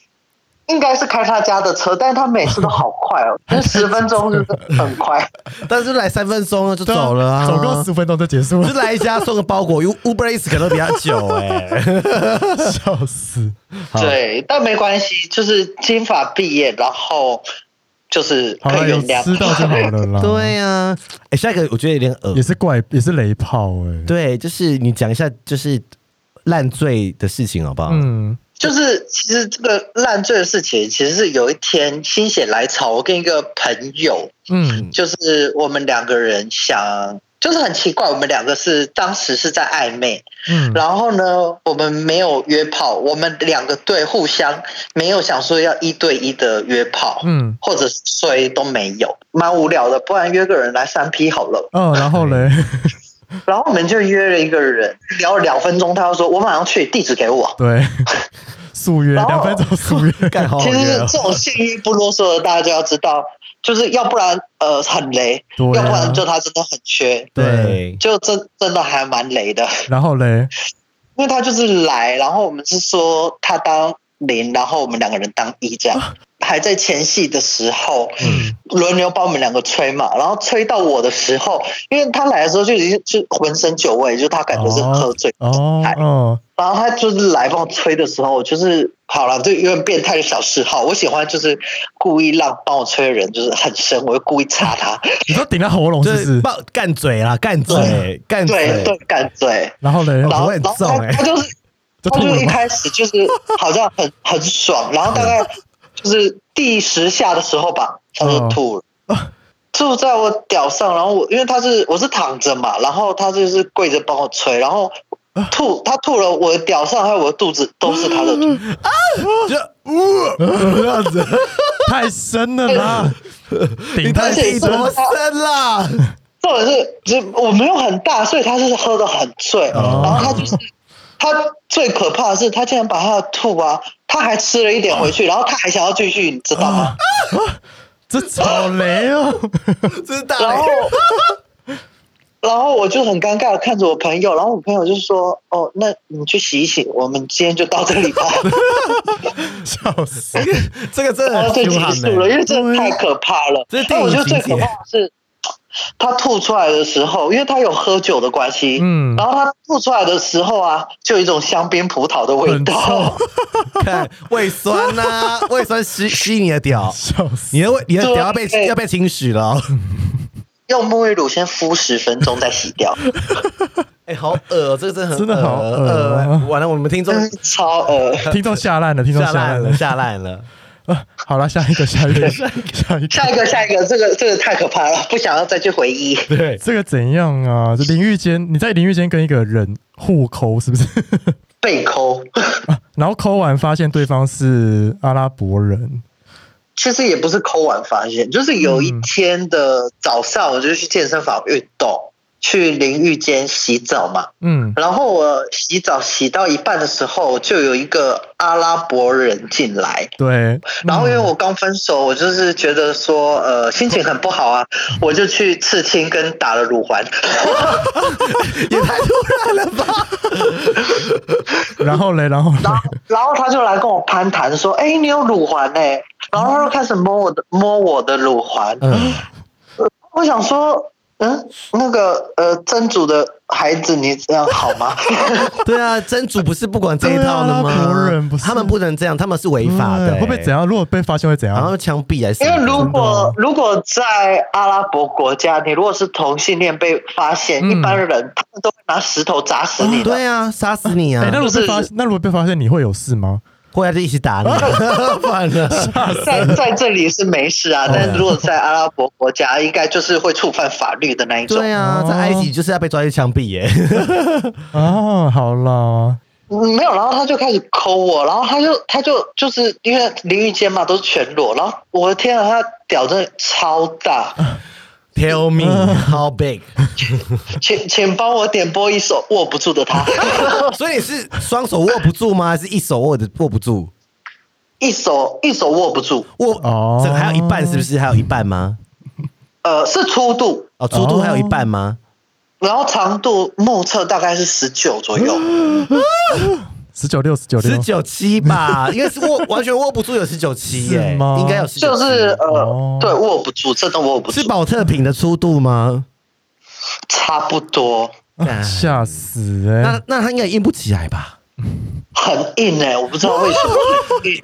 S3: 应该是开他家的车，但是他每次都好快 哦，那十分钟是很快。
S2: 但是来三分钟了就
S1: 对啊
S2: 走了啊，
S1: 走够十分钟就结束
S2: 就
S1: 了，
S2: 来一家送个包裹，U Uber Eats 可能比较久哎、
S1: 笑死！
S2: 好
S3: 对，但没关系，就是金发毕业，然后就是
S1: 好
S3: 可
S1: 了，
S3: 以
S1: 有
S3: 原谅。
S1: 吃到就好了啦。
S2: 对呀、啊，哎、下一个我觉得有点恶
S1: 也是怪，也是雷炮哎、，
S2: 对，就是你讲一下就是烂醉的事情好不好？
S1: 嗯，
S3: 就是其实这个烂醉的事情，其实是有一天心血来潮，我跟一个朋友，
S1: 嗯
S3: 就是我们两个人想，就是很奇怪，我们两个是当时是在暧昧，
S1: 嗯，
S3: 然后呢，我们没有约炮，我们两个队互相没有想说要一对一的约炮，
S1: 嗯
S3: 或者是睡都没有，蛮无聊的，不然约个人来三 P 好了。
S1: 哦，然后嘞，
S3: 然后我们就约了一个人，聊了两分钟，他就说我马上去，地址给我。
S1: 对，速约
S3: 然后
S1: 两分钟速约， 啊
S2: 干好好
S3: 其实
S2: 约、哦。
S3: 这种信誉不啰嗦的，大家就要知道，就是要不然呃很雷，
S1: 对啊
S3: 要不然就他真的很缺，
S1: 对
S2: 对，
S3: 就真真的还蛮雷的，
S1: 然后嘞，
S3: 因为他就是来，然后我们是说他当零，然后我们两个人当一这
S1: 啊
S3: 样。还在前戏的时候，
S1: 嗯
S3: 轮流帮我们两个吹嘛，然后吹到我的时候，因为他来的时候就已经就浑身酒味，就他感觉是喝醉的状
S1: 哦
S3: 态，
S1: 哦，
S3: 然后他就是来帮我吹的时候，我就是好了，这有点变态的小嗜好。我喜欢就是故意让帮我吹的人就是很深，我就故意插他。
S1: 你说顶到喉咙
S2: 就是
S1: 不
S2: 是
S1: 是？
S2: 爆干嘴啦，干嘴，干
S3: 对
S2: 嘴，
S3: 对，干嘴。
S1: 然后嘞，
S3: 然
S2: 口
S3: 后
S2: 味很
S3: 然后
S2: 重
S3: 他
S2: 欸
S3: 他就是
S1: 就
S3: 他
S1: 吐
S3: 就
S1: 了
S3: 一
S1: 吗？
S3: 开始就是好像很很爽，然后大概就是第十下的时候吧，他就吐了。吐在我屌上，然后我因为他是我是躺着嘛，然后他就是跪着帮我吹，然后吐他吐了我的屌上还有我的肚子都是他的吐，
S2: 就呜这样子，
S1: 太深了 啦，顶
S3: 太
S1: 太
S3: 而且
S2: 底
S1: 深
S3: 深
S2: 多
S1: 了，
S2: 深啦？
S3: 重点是，就是我没有很大，所以他是喝的很醉，
S1: 哦
S3: 然后他就是他最可怕的是，他竟然把他的吐啊，他还吃了一点
S2: 哦
S3: 回去，然后他还想要继续，你知道吗？
S1: 这草雷哦，
S2: 这是大
S3: 然后， 然后我就很尴尬的看着我朋友，然后我朋友就说：“哦，那你去洗一洗，我们今天就到这 里吧。
S1: 笑死！
S2: 这个真”的
S3: 然后就
S2: 很
S3: 结
S2: 凶悍
S3: 束了，
S2: 欸
S3: 因为真的太可怕了。
S2: 这是电
S3: 但
S2: 影
S3: 我觉得最
S2: 情节
S3: 可怕的是。他吐出来的时候，因为他有喝酒的关系，
S1: 嗯
S3: 然后他吐出来的时候啊，就有一种香槟葡萄的味
S1: 很
S3: 道
S1: 臭，
S2: 看哎胃酸呐，胃酸吸吸你的屌，
S1: 笑死！
S2: 你的胃你的
S3: 对
S2: 屌要被
S1: 哎
S2: 要被侵蚀了哦。
S3: 用沐浴乳先敷十分钟再洗 掉，
S2: 哎，好恶，这个真的很
S1: 真的好恶
S2: 恶。呃完了，我们听众
S3: 真
S1: 哎
S3: 是超恶。
S1: 听众吓烂了，听众
S2: 下
S1: 吓
S2: 烂
S1: 烂
S2: 了，
S1: 了。
S2: 下烂了。
S1: 啊好了，下一个，下一个，下一
S3: 下
S1: 个，
S3: 一个，下一个，这个这个太可怕了，不想要再去回忆。
S2: 对，
S1: 这个怎样啊？这淋浴间，你在淋浴间跟一个人互抠，是不 是？
S3: 被抠，
S1: 然后抠完发现对方是阿拉伯人，
S3: 其实也不是抠完发现，就是有一天的早上，我就去健身房运动，去淋浴间洗澡嘛。
S1: 嗯，
S3: 然后我洗澡洗到一半的时候，就有一个阿拉伯人进来，
S1: 对，
S3: 然后因为
S1: 嗯
S3: 我刚分手，我就是觉得说，呃，心情很不好啊，我就去刺青跟打了乳环。
S2: 也太突然了吧？
S1: 然后嘞，然后嘞
S3: 然后然后他就来跟我攀谈说：“哎、你有乳环哎、然后他就开始摸我的摸我的乳环。
S2: 嗯，
S3: 我想说，嗯，那个呃，真主的孩子，你这样好吗？
S2: 对啊，真主不是不管这一套的
S1: 对啊阿拉伯人不
S2: 吗？
S1: 是
S2: 他们不能这样，他们是违法的欸。
S1: 会不会怎样？如果被发现会怎
S2: 然后
S1: 样？
S2: 枪毙还是什
S3: 因
S1: 哎
S2: 么？啊
S3: 为如果
S1: 真的
S3: 如果在阿拉伯国家，你如果是同性恋被发现，
S1: 嗯
S3: 一般人他们都会拿石头砸死你的。
S2: 对啊，杀死你啊
S1: 哎，！那如果被发
S3: 就是，
S1: 那如果被发现，你会有事吗？
S2: 会啊，就一起 打你，反了。
S3: 在在这里是没 事啊，
S2: 嗯
S3: 但如果在阿拉伯国家，应该就是会触犯法律的
S2: 哦
S3: 那一种。
S2: 对啊，在埃及就是要被抓去枪毙耶。
S1: 啊，好啦，
S3: 嗯没有，然后他就开始抠我，然后他就他就就是因为淋浴间嘛都是全裸，然后我的天啊，他屌真的超 大，
S2: Tell me how big？
S3: 请请帮我点播一首《握不住 的他》，
S2: 所以你是双手握不住吗？还是一手握的握不住？
S3: 一手一手握不住，
S2: 握
S1: 哦
S2: 这个还有一半是不是？还有一半吗？
S3: 呃，是粗度，
S2: 哦，粗度还有一半吗？
S1: 哦
S3: 然后长度目测大概是十九左右，
S2: 嗯
S1: 十九六十九
S2: 十
S1: 六，
S2: 九 七吧，应该是握完全握不住，有十九七耶
S1: 是，吗
S2: 应该有十九，
S3: 就是
S1: 哦
S3: 呃，对，握不住，真的握不住
S2: 是，保特瓶的粗度吗？
S3: 差不多，
S1: 啊吓死哎、
S2: 那那他应该硬不起来吧？
S3: 很硬哎、我不知道为什 么很硬，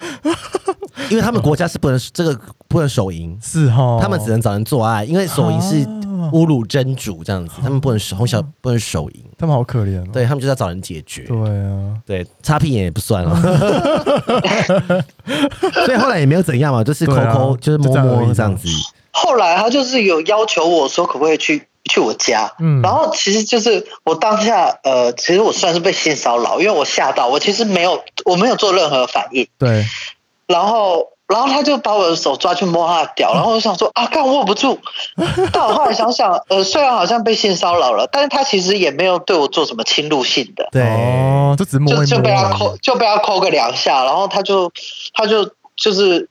S2: 因为他们国家是不能这个不能手淫，
S1: 是哈，
S2: 他们只能找人做爱，因为手淫是
S1: 哦
S2: 侮辱真主这样子，他们不能手从小不能手淫，
S1: 他们好可怜、哦，
S2: 对他们就是要找人解决。
S1: 嗯对啊，
S2: 对，擦屁眼也不 算了，所以后来也没有怎样嘛，就是抠
S1: 对啊
S2: 抠，就是摸
S1: 就这样而已
S2: 摸
S1: 嘛
S2: 这样子。
S3: 后来他就是有要求我说可不可以去去我家，
S1: 嗯
S3: 然后其实就是我当下呃，其实我算是被性骚扰，因为我吓到，我其实没有我没有做任何反应，
S1: 对，啊
S3: 然后。然后他就把我的手抓去摸他的 屌，然后我就想说啊，干握不住。但我后来想想， 呃，虽然好像被性骚扰了，但是他其实也没有对我做什么侵入性的。
S2: 对，
S1: 哦，就只摸一
S3: 就
S1: 摸，
S3: 就被他抠，就被他抠个两下，然后他就他就就是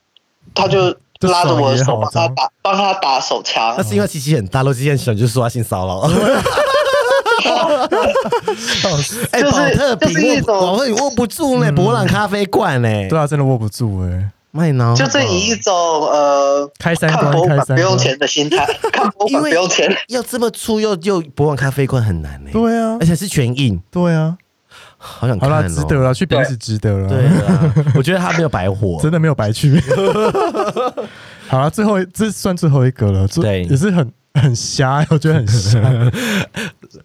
S3: 他就
S1: 这
S3: 拉着我的
S1: 手也
S3: 手
S1: 好
S3: 帮他打帮他打手枪
S2: 那，是因为七七很大，洛基很小，你就说他性骚扰。
S1: 笑死
S2: 哎，
S3: 就是
S2: 保特
S3: 就是
S2: 瓶握
S3: 一
S2: 不，
S3: 种
S2: 保特瓶握不住嘞，博朗咖啡罐
S1: 嗯
S2: 嘞
S1: 对，啊，真的握不住哎、
S2: 麦脑
S3: 就是以一种呃
S1: 开三
S3: 看
S1: 关
S3: 博物
S1: 开
S3: 馆
S1: 三
S3: 不用
S1: 关
S3: 钱的 心态，看博物
S2: 因
S3: 馆
S2: 为
S3: 不用钱。
S2: 要这么粗又又博朗咖啡罐很难嘞，哎
S1: 对啊
S2: 而，且是全硬，
S1: 对啊，
S2: 好想
S1: 好
S2: 看
S1: 啦，
S2: 哦。
S1: 值得了，去彼此值得了，
S2: 对啊，我觉得他没有白活。
S1: 真的没有白去。好了，最后一这算最后一个了，这
S2: 对
S1: 也是很很瞎，我觉得很瞎。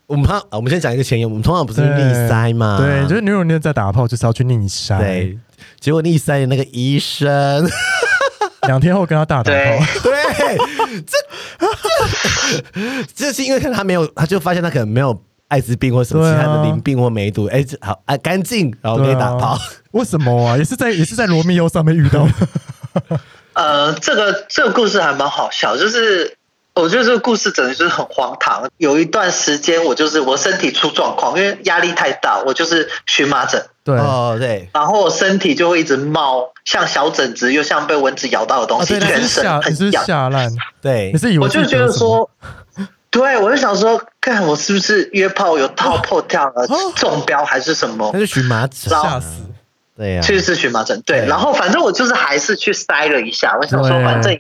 S2: 我们怕，啊我们先讲一个前言，我们通常不是逆塞嘛？
S1: 对，就是女友念在打炮就是要去逆塞，
S2: 对，结果逆塞的那个医生，
S1: 两天后跟他大打
S3: 对
S1: 炮，
S2: 对，这这这是因为可能他没有，他就发现他可能没有艾滋病或什么
S1: 对
S2: 其
S1: 啊
S2: 他的淋病或梅毒，哎、这好哎干净，然后可以
S1: 对
S2: 打炮。
S1: 啊。 为什么啊？也是在也是在罗密欧上面遇到的，
S3: 呃，这个这个故事还蛮好笑，就是我觉得这个故事整个就是很荒唐。有一段时间我就是我身体出状况，因为压力太大，我就是荨麻疹。
S1: 对，
S2: 哦，对，
S3: 然后我身体就会一直冒像小疹子，又像被蚊子咬到的东
S1: 哦
S3: 西，
S1: 对，你
S3: 全
S1: 是
S3: 身
S1: 吓，你是
S3: 很痒。
S1: 吓烂，
S2: 对
S1: 你，是以为
S3: 我就
S1: 自己
S3: 觉
S1: 得
S3: 得
S1: 了什么
S3: 说，对我就想说，看我是不是约 炮有套破掉了，
S1: 哦
S3: 中标还是什么
S2: 那？就荨麻疹
S3: 老
S1: 吓死，嗯
S2: 对呀、
S3: 其实是荨麻疹，对。
S2: 对
S3: 然后反正我就是还是去筛了一下，我想说
S1: 对啊
S3: 反正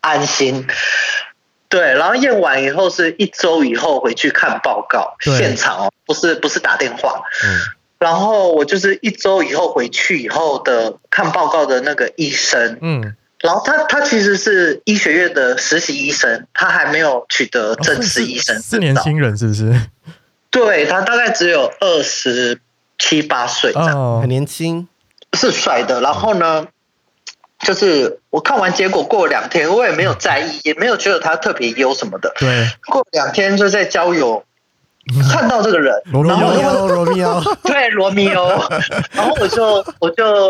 S3: 安心。对，然后验完以后是一周以后回去看报告，
S1: 对
S3: 现场哦，不是不是打电话。
S2: 嗯
S3: 然后我就是一周以后回去以后的看报告的那个医生，
S1: 嗯，
S3: 然后他他其实是医学院的实习医生，他还没有取得正式医
S1: 哦
S3: 生
S1: 是
S3: 执照、
S1: 是年轻人是不是？
S3: 对他大概只有二十七八岁这样，
S1: 哦
S2: 很，年轻，
S3: 是帅的。然后呢，就是我看完结果过了两天，我也没有在
S1: 嗯
S3: 意，也没有觉得他特别优什么的。
S1: 对，
S3: 过了两天就在交友看到这个人，
S1: 嗯罗密
S2: 罗
S1: 欧
S2: 密
S3: 然后
S2: 欧，哦罗密欧，
S3: 对罗密 欧，然后我就我就，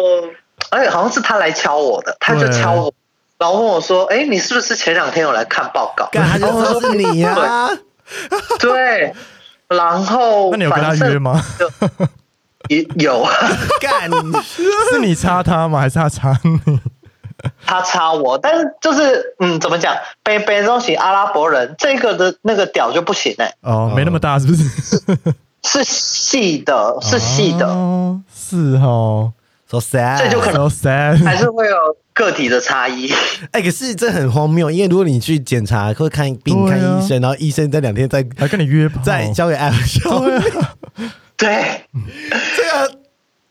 S3: 哎，好像是他来敲我的，他就
S1: 对
S3: 敲我，然后问我说：“哎，你是不是前两天有来看报告？”
S2: 干他就知道是你啊呀、
S3: 对，然后
S1: 那你有跟他约？吗？
S3: 也有，
S2: 干，
S1: 是你插他吗？还是他插你？
S3: 他插我，但是就是嗯，怎么讲？北北中型阿拉伯人这个的那个屌就不行哎、
S1: 哦，没那么大，是不是？
S3: 是细的，是细的，
S1: 哦，是哦。
S2: so sad，
S3: 这就可能
S1: So
S3: 还
S1: sad。
S3: 是会有个体的差异。
S2: 哎、可是这很荒谬，因为如果你去检查或看病、
S1: 对
S2: 看
S1: 啊
S2: 医生，然后医生在两天再
S1: 还跟你约炮？
S2: 再交给 App 上
S1: 对啊，
S3: 对，
S2: 这个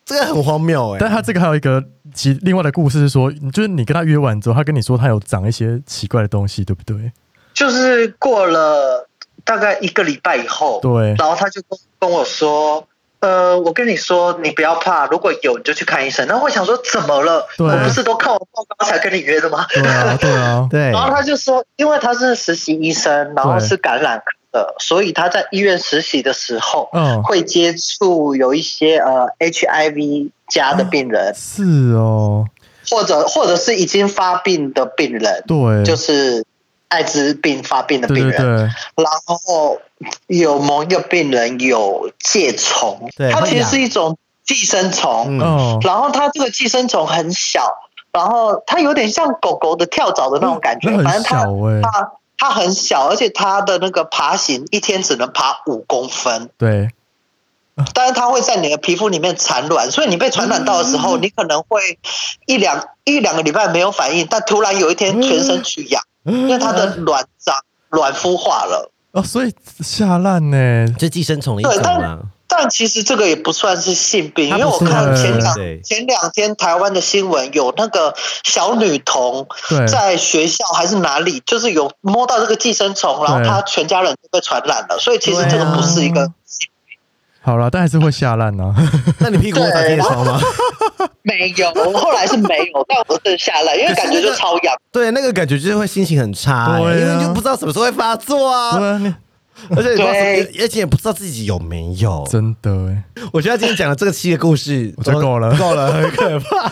S2: 这个很荒谬哎、
S1: 但他这个还有一个其另外的故事是说，就是你跟他约完之后，他跟你说他有长一些奇怪的东西，对不对？
S3: 就是过了大概一个礼拜以后，
S1: 对
S3: 然后他就跟跟我说。呃，我跟你说，你不要怕，如果有你就去看医生。然后我想说，怎么了？
S1: 对
S3: 我不是都看完报告才跟你约的吗？
S1: 对啊，对啊，
S2: 对
S3: 然后他就说，因为他是实习医生，然后是感染科的，所以他在医院实习的时候，
S1: 嗯
S3: 会接触有一些呃 HIV 加的病人，
S1: 嗯是哦，
S3: 或者或者是已经发病的病人，
S1: 对，
S3: 就是艾滋病发病的
S1: 对
S3: 病
S1: 对
S3: 人，
S1: 对，
S3: 然后有某一个病人有疥虫，
S2: 对
S3: 它
S2: 会
S3: 其实
S2: 痒
S3: 是一种寄生虫，
S2: 嗯
S1: 哦，
S3: 然后它这个寄生虫很小，然后它有点像狗狗的跳蚤的那种感觉，
S1: 那
S3: 反
S1: 很
S3: 正它
S1: 小哎，
S3: 它它很小，而且它的那个爬行一天只能爬五公分，
S1: 对，
S3: 但是它会在你的皮肤里面产卵，所以你被传染到的时候，
S2: 嗯
S3: 你可能会一两一两个礼拜没有反应，但突然有一天全身去痒，
S2: 嗯
S3: 因为它的卵长卵孵化了。
S1: 哦，所以下烂欸呢，
S2: 就寄生虫的一种啊啦。
S3: 但其实这个也不算是性病，因
S2: 它
S3: 为
S2: 不
S3: 我
S2: 是
S3: 看
S1: 对
S3: 前两
S2: 对
S3: 前两天台湾的新闻有那个小女童
S1: 对，
S3: 在学校还是哪里，就是有摸到这个寄生虫，然后她全家人都被传染了，所以其实这个
S2: 啊
S3: 不是一个
S1: 好了，但还是会下烂啊呢。
S2: 那你屁股有打
S3: 对
S2: 铁窗吗？
S3: 没有，我后来是没 有，但我真的下来，因为感觉就超痒。
S2: 对，那个感觉就是会心情很差、欸，
S1: 对啊
S2: 因为你就不知道什么时候会发作
S1: 对
S2: 啊，
S1: 啊，你
S2: 而且你不知道什
S3: 对
S2: 么，而且也不知道自己有没有。
S1: 真的哎，
S2: 我觉得他今天讲的这个七个故事，
S1: 我觉得够了
S2: 够了，很 可怕。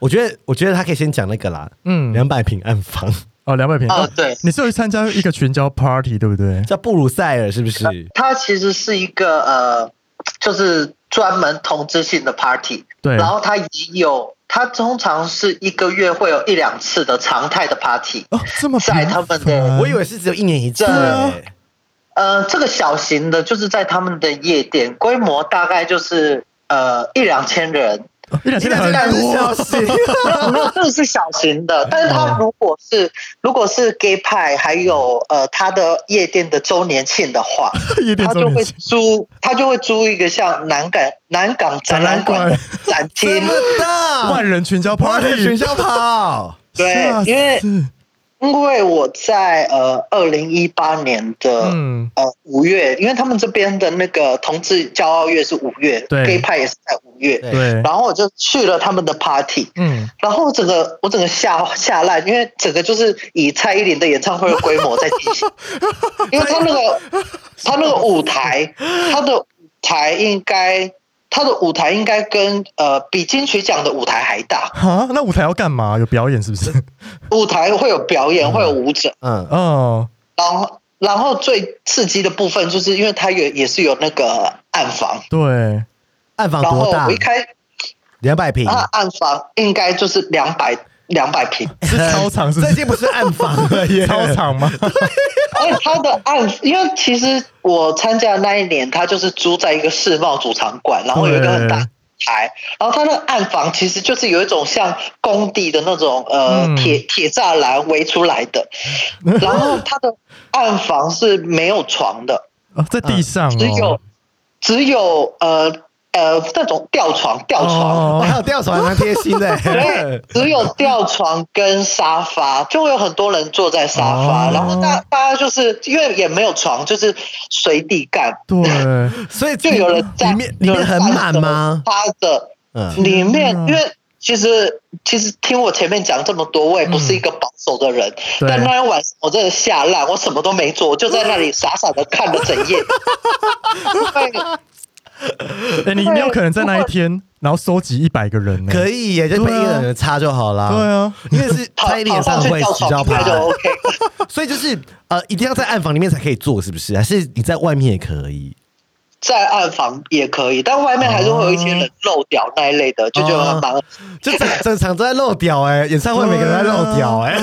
S2: 我觉得，我觉得他可以先讲那个啦，
S1: 嗯，
S2: 两百平暗房
S1: 哦，两百平
S3: 哦对
S1: 你是有去参加一个群交 party 对不对？
S2: 叫布鲁塞尔，是不是？
S3: 它其实是一个呃，就是专门同质性的 party，
S1: 对
S3: 然后它也有，它通常是一个月会有一两次的常态的 party，
S1: 哦，这么频繁
S3: 在他们的
S1: 嗯
S2: 我以为是只有一年一次、
S3: 对啊
S2: 欸，
S3: 呃，这个小型的就是在他们的夜店，规模大概就是呃一两千人，
S1: 哦一两千很
S2: 两
S1: 多，
S2: 小时。
S3: 没有这个是小型的，但是它如果是如果是 gay 派，还有呃他的夜店的周年庆的话，
S1: 夜店
S3: 他
S1: 周
S3: 就
S1: 年
S3: 会
S1: 庆
S3: 租他就会租一个像南港南港展览馆的展
S2: 这
S3: 厅，
S2: 么大，
S1: 万人群交
S2: 万人
S1: party，
S2: 群校跑，
S3: 对
S1: 吓，死
S3: 因为因为我在呃二零一八年的。
S1: 嗯
S3: 呃，五月，因为他们这边的那个同志骄傲月是五月
S1: 对
S3: ，gay 派也是在五月，
S2: 对
S1: 对，
S3: 然后我就去了他们的 party，
S1: 嗯
S3: 然后整个我整个下下烂，因为整个就是以蔡依林的演唱会的规模在进 行，因为他那个他那个舞 台，他的舞台应该他的舞台应该跟呃比金曲奖的舞台还大，
S1: 哈，那舞台要干嘛？有表演是不是？
S3: 舞台会有表演，会有舞者，
S2: 嗯，
S1: 哦，
S3: 然后然后最刺激的部分就是因为他也也是有那个暗房，
S1: 对，
S2: 暗房
S3: 然后
S2: 啊多大
S3: 我一？开
S2: 两百平，
S3: 啊暗房应该就是两百两百平。
S1: 是操场是不
S2: 这
S1: 是
S2: 已经不是暗房了耶，
S1: 操场吗？
S3: 而且哦他的案，因为其实我参加的那一年，他就是租在一个世贸主场馆，然后有一个很大的台，然后他那个暗房其实就是有一种像工地的那种呃
S1: 嗯
S3: 铁铁栅栏围出来的，然后他的暗房是没有床的，
S1: 哦，在地上
S3: 只有
S1: 哦，
S3: 只有呃呃那种吊床吊床。
S2: 我还
S1: 哦，
S2: 有吊床，蛮贴心的
S3: 对
S2: 欸。，
S3: 只有吊床跟沙发，就会有很多人坐在沙发，
S1: 哦
S3: 然后大大家就是因为也没有床，就是随地干，
S1: 对，
S2: 所以
S3: 就有人站，
S2: 里面里面很满吗？
S3: 趴着，
S2: 嗯，
S3: 里面
S1: 天啊
S3: 因为其实其实听我前面讲这么多，我也不
S2: 嗯
S3: 是一个保守的人，
S1: 对
S3: 但那天晚上我真的吓烂，我什么都没做，我就在那里傻傻的看了整 夜。
S1: 哎，你你有可能在那一天，然后收集一百个人呢？
S2: 可以耶，就配一个人插就好啦。
S1: 对啊，
S2: 因为是
S3: 跑
S2: 蔡依林
S3: 跑
S2: 演唱
S3: 上去
S2: 会
S3: 吊
S2: 只要
S3: 床应
S2: 拍
S3: 该就 OK。
S2: 所以就是呃，一定要在暗房里面才可以做，是不是？还是你在外面也可以？
S3: 在暗房也可以，但外面还是会有一些
S2: 哦
S3: 人漏屌那一类的，就觉得蛮蛮。
S2: 就整整场都在漏屌哎、演唱会每个人在漏屌哎、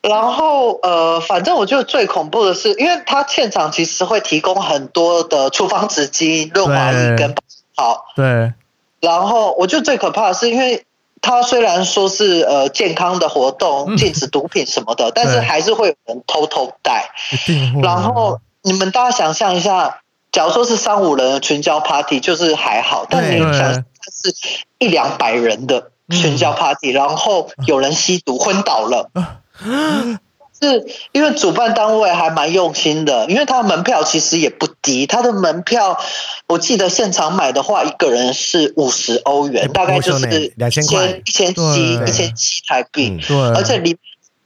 S3: 然后呃，反正我觉得最恐怖的是，因为他现场其实会提供很多的处方纸巾、润滑液
S1: 对
S3: 跟保湿套。
S1: 对，
S3: 然后我觉得最可怕的是，因为他虽然说是呃健康的活动，禁止毒品什么的，但是
S1: 嗯对
S3: 还是会有人偷偷带。
S1: 一定会。
S3: 然后你们大家想象一下，假如说是三五人的群交 party，就是还好，但你
S1: 对
S3: 想象是一两百人的群交 party，、然后有人吸毒昏倒了。 是因为主办单位还蛮用心的，因为他的门票其实也不低，他的门票我记得现场买的话，一个人是五十欧元，
S2: 不
S3: 大概就
S2: 贵呢
S3: 是
S2: 2000块
S3: 一千七、一千七
S1: 对
S3: 台币。
S2: 嗯
S1: 对，
S3: 而且里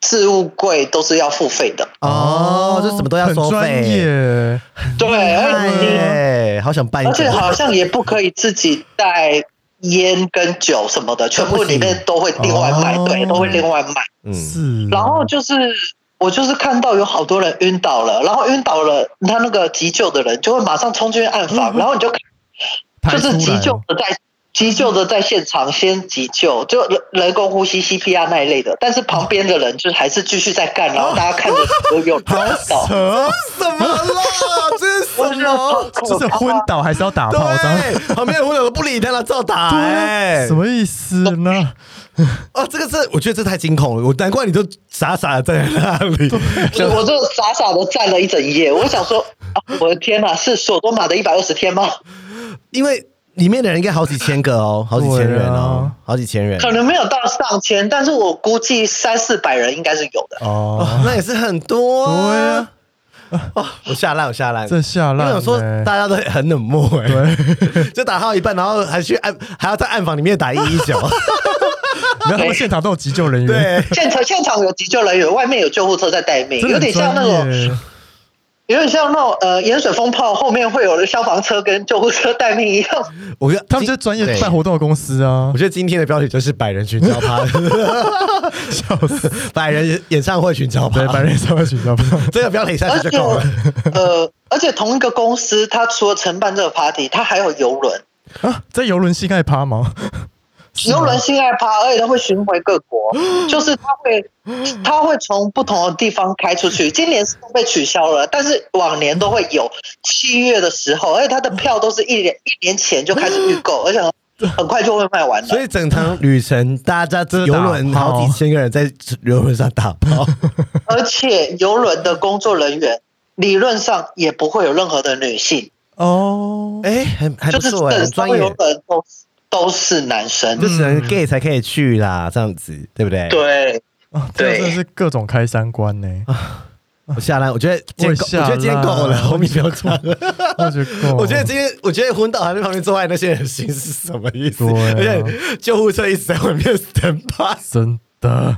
S3: 置物柜都是要付费的。
S2: 哦，这什么都要收
S1: 很专
S2: 费，
S1: 业，
S3: 对，而且你
S2: 哎，好想办一
S3: 而且
S2: 个，
S3: 好像也不可以自己带烟跟酒什 么的，全部里面都会另外买，
S1: 哦
S3: 对，都会另外买。
S2: 嗯
S1: 是。
S3: 然后就是我就是看到有好多人晕倒了，然后晕倒了，他那个急救的人就会马上冲进暗房，然后你就
S1: 嗯排
S3: 就
S1: 出
S3: 是急
S1: 来哦
S3: 救的在急救的在现场先急救，就人人工呼吸 CPR 那一类的，但是旁边的人就是还是继续在干，然后大家看着都有 晕倒。
S1: 扯，
S2: 什么啦？这是什么？
S1: 就是昏倒还是要打炮，然后
S2: 对，啊旁边的朋友都不理他了，照打、哎
S1: 对，啊什么意思呢？
S2: 啊，这个是我觉得这太惊恐了，我难怪你都傻傻的站在那里。
S3: 我我就傻傻的站了一整夜，我想说，啊、我的天哪、是索多玛的一百二十天吗？
S2: 因为里面的人应该好几千个哦，好几千人
S1: 对
S2: 哦
S1: 啊，
S2: 好几千人。
S3: 可能没有到上千，但是我估计三四百人应该是有的。
S1: 哦，
S2: 哦，那也是很多、
S1: 对啊。
S2: 哦，我下烂，我下烂，
S1: 这下烂
S2: 我想说，
S1: 欸
S2: 大家都很冷漠哎、对， 就打到一半，然后还去暗，还要在暗房里面打一一 九，
S1: 然后他们现场都有急救人员，
S2: 对，
S3: 现场现场有急救人员，外面有救护车在待命，
S1: 真的
S3: 有
S1: 很
S3: 点像那
S1: 专
S3: 种，
S1: 业
S3: 有点像那种呃盐水风炮后面会有消防车跟救护车待命 一样。
S2: 我觉得
S1: 他们就是专业办活动的公司啊
S2: 我，觉得今天的标题就是百人群交趴，
S1: 笑死！
S2: 百人演唱会群交趴
S1: 对，， 白人社会群众，
S2: 这个标题下
S3: 而
S2: 去
S3: 且
S2: 就 够了。
S3: 呃，而且同一个公司，它除了承办这个 party，它还有游轮，
S1: 啊，在游轮性爱趴吗？
S3: 游轮性爱趴，而且它会巡回各 国，就是它会它会从不同的地方开出去。今年是被取消了，但是往年都会有七月的时候，而且它的票都是一年一年前就开始预 购，而且很很快就会卖完
S2: 所
S3: 了。
S2: 以整趟旅程，大家
S1: 的
S2: 游
S1: 打
S2: 轮好几千个人在游轮上打 炮，
S3: 而且游轮的工作人员理论上也不会有任何的女性，
S1: 哦，
S2: 哎，还还
S3: 就
S2: 不
S3: 是
S2: 错哎，
S3: 整
S2: 很专
S3: 艘游
S1: 嗯
S2: 业，
S3: 轮都都是男生
S2: 就。只能 gay 才可以去啦，这样子对不对？，
S3: 对，
S1: 啊这个
S3: 对
S1: 真的是各种开三关呢，
S2: 我下来，我觉得今天
S1: 我
S2: 够，
S1: 下
S2: 我觉得今天够了，
S1: 烂
S2: 后面不要讲了。
S1: 我觉得够，
S2: 我觉得今天，我觉得昏倒还在旁边做爱那些人的心是什么意思？
S1: 对啊
S2: 而且救护车一直在外面等吧。
S1: 真的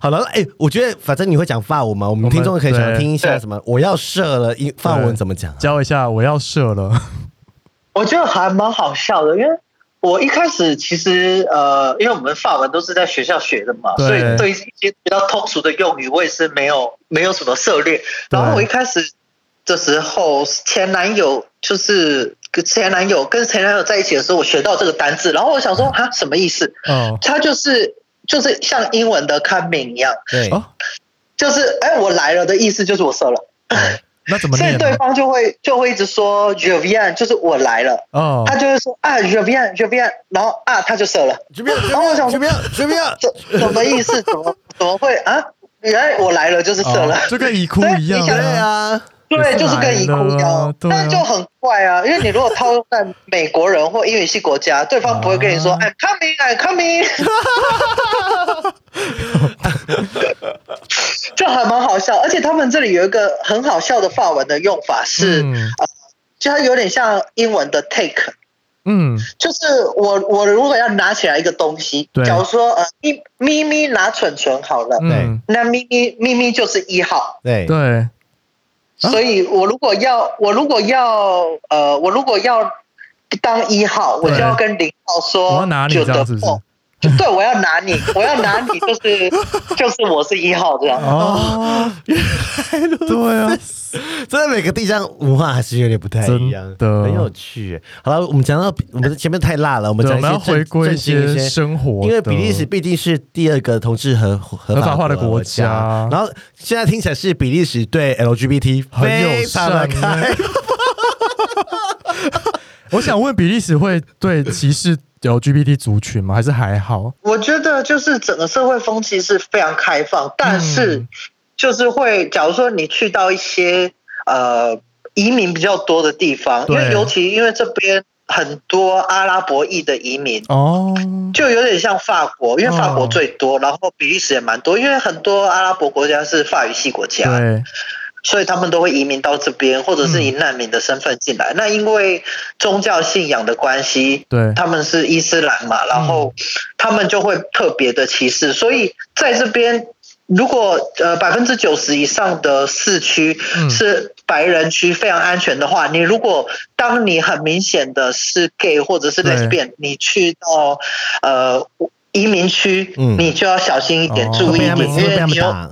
S2: 好了，哎、我觉得反正你会讲法文嘛，我们
S1: 我们
S2: 听众可以想
S1: 对
S2: 听一下什么，我要射了，英法文怎么讲、啊？
S1: 教一下，我要射了，
S3: 我觉得还蛮好笑的，因为我一开始其实呃，因为我们法文都是在学校学的嘛，
S1: 对
S3: 所以对一些比较通俗的用语，我也是没有没有什么涉猎。然后我一开始的时候，前男友就是跟前男友跟前男友在一起的时候，我学到这个单字，然后我想说啊，什么意思？
S1: 哦
S3: 它就是就是像英文的 coming 一样，
S2: 对，
S1: 哦，
S3: 就是哎、我来了的意思，就是我射了，
S1: 那怎么
S3: 所以
S1: 念呢？啊
S3: 对方就会就会一直说 je viens，就是我来了。
S1: 哦
S3: 他，就会说啊，je viens je viens，然后啊他就射了，
S2: 随便
S3: 然后我想
S2: 随便随便，
S3: 这什么意思？怎么怎么会啊？原来我来了就是射了，
S1: 哦就跟已哭一样
S3: 所以你想
S2: 对啊，
S3: 对，
S1: 也是
S3: 就是跟一哭一
S1: 来了
S3: 样，
S1: 对啊
S3: 但就很怪啊，因为你如果套用在美国人或英语系国家，对方不会跟你说
S1: 啊
S3: I'm coming I'm coming，就还蛮好笑，而且他们这里有一个很好笑的法文的用法是，
S1: 嗯
S3: 就它有点像英文的 take。
S1: 嗯，
S3: 就是我我如果要拿起来一个东西
S1: 对，
S3: 假如说呃一咪咪拿蠢蠢好了，
S1: 嗯
S3: 那咪咪咪咪就是一号，
S2: 对
S1: 对，啊
S3: 所以我如果要我如果要呃我如果要当一号，我
S1: 对
S3: 就要跟零号说，
S1: 我要拿你
S3: 就
S1: 这样是不是
S3: 就对，我要拿你，我要拿你，就是 就是我是一号这样。
S1: 哦，对啊，
S2: 真的每个地方文化还是有点不太一样，
S1: 真的
S2: 很有趣耶。好了，我们讲到我们前面太辣了，我们
S1: 对，我们
S2: 讲一
S1: 要
S2: 些正
S1: 回归
S2: 正
S1: 一
S2: 经一
S1: 些
S2: 些。
S1: 生活的，
S2: 因为比利时毕竟是第二个同志合合
S1: 合法化的
S2: 国
S1: 国家
S2: 然后现在听起来是比利时对 LGBT
S1: 很友
S2: 非常的
S1: 善
S2: 开
S1: 欸。我想问，比利时会对歧视 LGBT 族群吗？还是还好？
S3: 我觉得就是整个社会风气是非常开放，但是
S1: 嗯
S3: 就是会，假如说你去到一些呃移民比较多的地方，因为
S1: 对
S3: 尤其因为这边很多阿拉伯裔的移民。
S1: 哦，
S3: 就有点像法国，因为法国最多，然后比利时也蛮多，因为很多阿拉伯国家是法语系国家，
S1: 对，嗯
S3: 所以他们都会移民到这边，或者是以难民的身份进来。那因为宗教信仰的关系，
S1: 对
S3: 他们是
S2: 嗯
S3: 伊斯兰嘛，然后他们就会特别的歧视，所以在这边如果呃百分之九十以上的市区
S1: 嗯
S3: 是白人区，非常安全的话，你如果当你很明显的是 gay 或者是
S1: 对
S3: lesbian，你去到呃移民区，
S2: 嗯
S3: 你就要小心一点，
S1: 哦
S3: 注意
S2: 被
S3: 一
S2: 他们
S3: 点，
S2: 会
S3: 因
S2: 被
S3: 为
S2: 他们
S3: 你有
S2: 打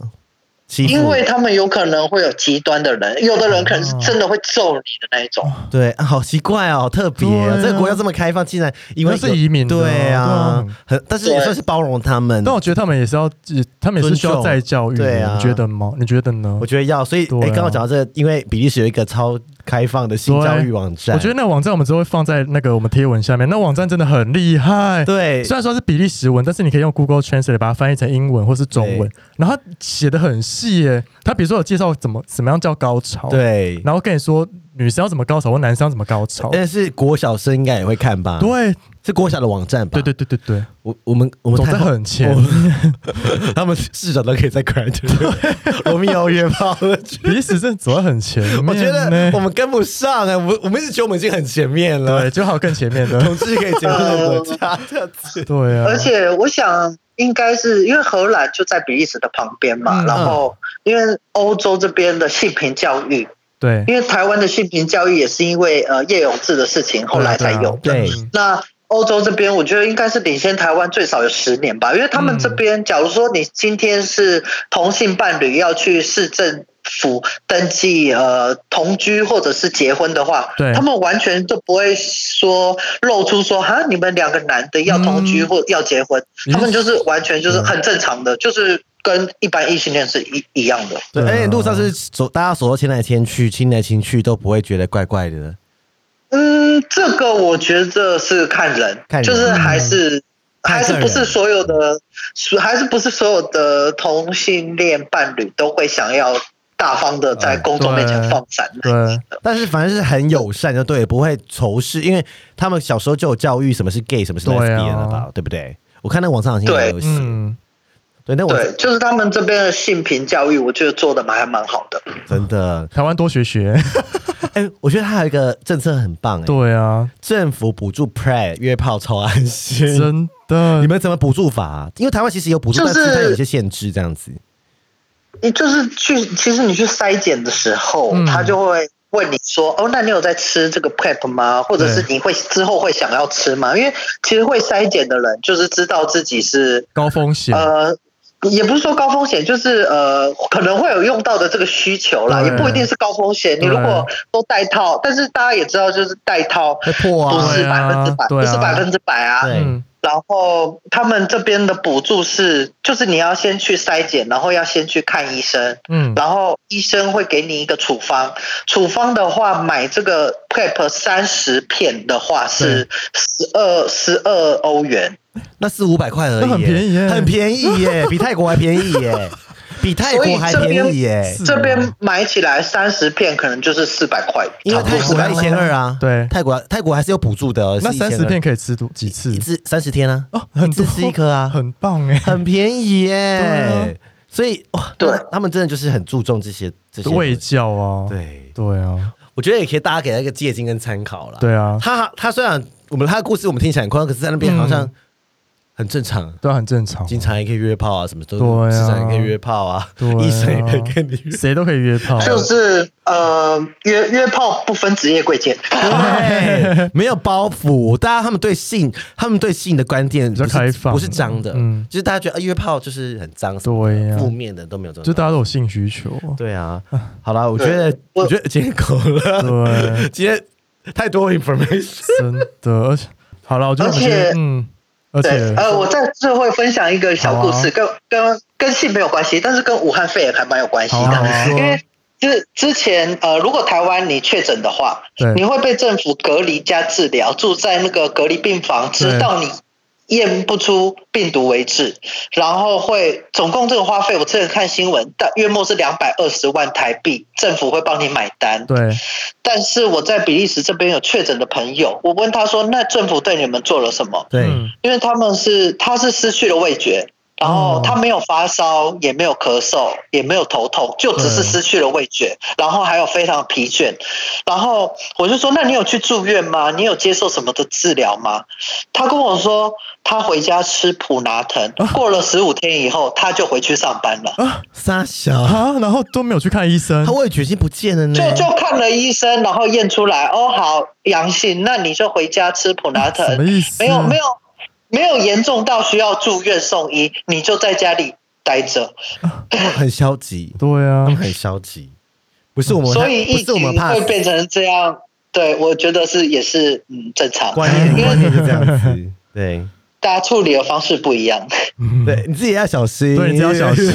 S2: 欺负，
S3: 因为他们有可能会有极端的人，有的人可能
S2: 哦
S3: 是真的会揍你的那一种。
S2: 对、 啊好奇怪哦，好特别、哦
S1: 对啊
S2: 这个国家这么开放，竟然因为
S1: 那是移民的啊
S2: 对啊
S1: 对啊，
S2: 很但是也算是包容他们。
S1: 但我觉得他们也是要，他们也是需要再教育
S2: 尊重对啊
S1: 的，你觉得吗？你觉得呢
S2: 我？觉得要，所以
S1: 对啊
S2: 哎，刚刚讲到这个，因为比利时有一个超开放的性教育网站，
S1: 我觉得那个网站我们之后会放在那个我们贴文下面，那网站真的很厉害。
S2: 对
S1: 虽然说是比利时文，但是你可以用 Google Translate 把它翻译成英文或是中文，然后它写的很细耶。它比如说有介绍怎么怎么样叫高潮，，
S2: 对，
S1: 然后跟你说女生要怎么高潮或男生要怎么高潮，
S2: 但是国小生应该也会看吧？，
S1: 对
S2: 是国小的网站吧？
S1: 对对对对 对，
S2: 我我们我们
S1: 总
S2: 太
S1: 之很前
S2: 我 他们市长都可以在 Grand 罗密欧约炮了。
S1: 比利时真的走在很前面呢，
S2: 我觉得我们跟不上哎、我我们一直觉得我们已经很前面了
S1: 对，，就还有更前面的，
S2: 同志可以结婚的国家这样子。
S1: 对啊，
S3: 而且我想，应该是因为荷兰就在比利时的旁边嘛，
S1: 嗯
S3: 然后因为欧洲这边的性平教育，
S1: 对
S3: 因为台湾的性平教育也是因为呃叶永志的事情后来才
S1: 啊
S3: 有的。
S2: 对
S1: 嗯
S3: 那欧洲这边，我觉得应该是领先台湾最少有十年吧，因为他们这边，假如说你今天是同性伴侣要去市政府登记呃同居或者是结婚的话，
S1: 对
S3: 他们完全就不会说露出说哈你们两个男的要同居
S1: 嗯
S3: 或要结婚，
S1: 嗯
S3: 他们就是完全就是很正常的，就是跟一般异性恋是一一样的。
S2: 对，
S1: 对啊
S2: 而且路上是走，大家走到牵来牵去，亲来亲去都不会觉得怪怪的。
S3: 嗯，这个我觉得是看人，
S2: 看人嗯
S3: 就是还是、
S2: 看
S3: 还
S2: 个
S3: 是
S2: 人
S3: 不是所有的，还是不是所有的同性恋伴侣都会想要大方的
S2: 哎
S3: 在公众面前放闪、
S1: 对，
S2: 但是反正是很友善，就对了，不会仇视，因为他们小时候就有教育什么是 gay，什么是
S1: 对啊
S2: lesbian 了吧，对不对？我看那网上好像也有写，
S1: 嗯，
S2: 对，那我
S3: 对，就是他们这边的性平教育，我觉得做的蛮还蛮好的。
S2: 真的，
S1: 台湾多学学，
S2: 哎、我觉得还有一个政策很棒、哎，
S1: 对啊，
S2: 政府补助 pray 约炮超安心，
S1: 真的，
S2: 你们怎么补助法、啊？因为台湾其实有补助，
S3: 就
S2: 但是它
S3: 是
S2: 有一些限制，这样子。
S3: 你就是去，其实你去筛检的时候，
S1: 嗯
S3: 他就会问你说：“哦，那你有在吃这个 prep 吗？或者是
S1: 对
S3: 你会之后会想要吃吗？”因为其实会筛检的人，就是知道自己是
S1: 高风险，
S3: 呃，也不是说高风险，就是呃，可能会有用到的这个需求啦，
S1: 对
S3: 也不一定是高风险。你
S1: 对
S3: 如果都戴套，但是大家也知道，就是戴套
S2: 会破
S3: 不
S2: 啊，
S3: 是
S1: 对
S3: 百
S1: 啊
S3: 分之百，
S1: 对啊
S3: 不是百分之百啊。
S2: 对
S1: 嗯，
S3: 然后他们这边的补助是，就是你要先去筛检，然后要先去看医生。
S1: 嗯，
S3: 然后医生会给你一个处方，处方的话买这个 PrEP 三十片的话是十二十二欧元，
S2: 那四五百块而已
S1: 那
S2: 耶，
S1: 很便宜耶
S2: 很便宜 耶，比泰国还便宜耶，比泰国还便宜耶
S1: 所以这边，
S3: 这边买起来三十片可能就是四百块，
S2: 因为泰
S3: 差不
S2: 国
S3: 多
S2: 要一千二啊，
S1: 对
S2: 泰国泰国还是有补助的哦，
S1: 那
S2: 是1200
S1: 三十片可以吃多几次
S2: 一？次三十天啊，
S1: 哦，很
S2: 一次
S1: 多
S2: 吃一颗啊，
S1: 很棒哎，
S2: 很便宜
S1: 对啊
S2: 耶，所以哇，
S3: 对
S2: 那他们真的就是很注重这些这些
S1: 味教啊，
S2: 对，
S1: 对啊，
S2: 我觉得也可以大家给他一个借鉴跟参考啦。
S1: 对啊，
S2: 他他虽然我们他的故事我们听起来很宽，可是在那边好像
S1: 嗯
S2: 很正常。
S1: 都很正常，
S2: 警察也可以约炮啊，什么都
S1: 对啊
S2: 市长也可以约炮啊，
S1: 对啊
S2: 医生也可以跟你约。
S1: 谁都可以约炮，啊
S3: 就是呃约约炮不分职业贵贱，
S2: 对， 没有包袱，大家他们对性，他们对性的观点
S1: 较
S2: 不是
S1: 开放
S2: 不是脏的，嗯
S1: 嗯，
S2: 就是大家觉得、啊、约炮就是很脏，什么
S1: 对
S2: 的
S1: 呀
S2: 负面的都没有这
S1: 就
S2: 种。
S1: 大家都有性需求，
S2: 对啊，好啦，我觉得
S3: 对我
S2: 我觉得今天够了，
S1: 对，
S2: 今天太多 information。
S1: 真的，而且好了，我觉得我们
S3: 而
S1: 今
S3: 且
S1: 天嗯，而
S3: 对
S1: 且，
S3: 呃，我在最后会分享一个小故
S1: 好啊
S3: 事，跟跟跟性没有关系，但是跟武汉肺炎还蛮有关系
S1: 好啊，
S3: 的。
S1: 你
S3: 因为
S1: 说，
S3: 之之前呃，如果台湾你确诊的话，你
S1: 对，
S3: 会被政府隔离加治疗，住在那个隔离病房，直到你验不出病毒为止。然后会总共这个花费，我之前看新闻，大月末是两百二十万台币，政府会帮你买单。
S1: 对，
S2: 嗯
S3: 但是我在比利时这边有确诊的朋友，我问他说：“那政府对你们做了什么
S2: 对，
S1: 嗯，？”
S3: 因为他们是他是失去了味觉，然后
S1: 哦
S3: 他没有发烧，也没有咳嗽，也没有头痛，就只是
S1: 对
S3: 失去了味觉，然后还有非常疲倦。然后我就说：“那你有去住院吗？你有接受什么的治疗吗？”他跟我说：“他回家吃普拿疼，
S1: 啊
S3: 过了十五天以后，他就回去上班了。”
S2: 撒小，
S1: 啊，然后都没有去看医生
S2: 他，味觉已经不见了呢。
S3: 就就看了医生，然后验出来哦，好阳性，那你就回家吃普拿
S1: 什么
S3: 疼，
S1: 意思？
S3: 呃没有没有没有严重到需要住院送医，你就在家里待着。
S2: 他们很消极，
S1: 对啊
S2: 他，们很消极，不是我们，
S3: 所以
S2: 不
S3: 疫
S2: 是我们
S3: 情
S2: 怕
S3: 会
S2: 死
S3: 变成这样，对我觉得是也是嗯正常，
S2: 观念
S3: 因
S2: 观
S3: 为
S2: 念就这样子。 对
S3: 大家处理的方式不一 样。
S2: 对，你自己要小心，
S1: 对，你只要小 心。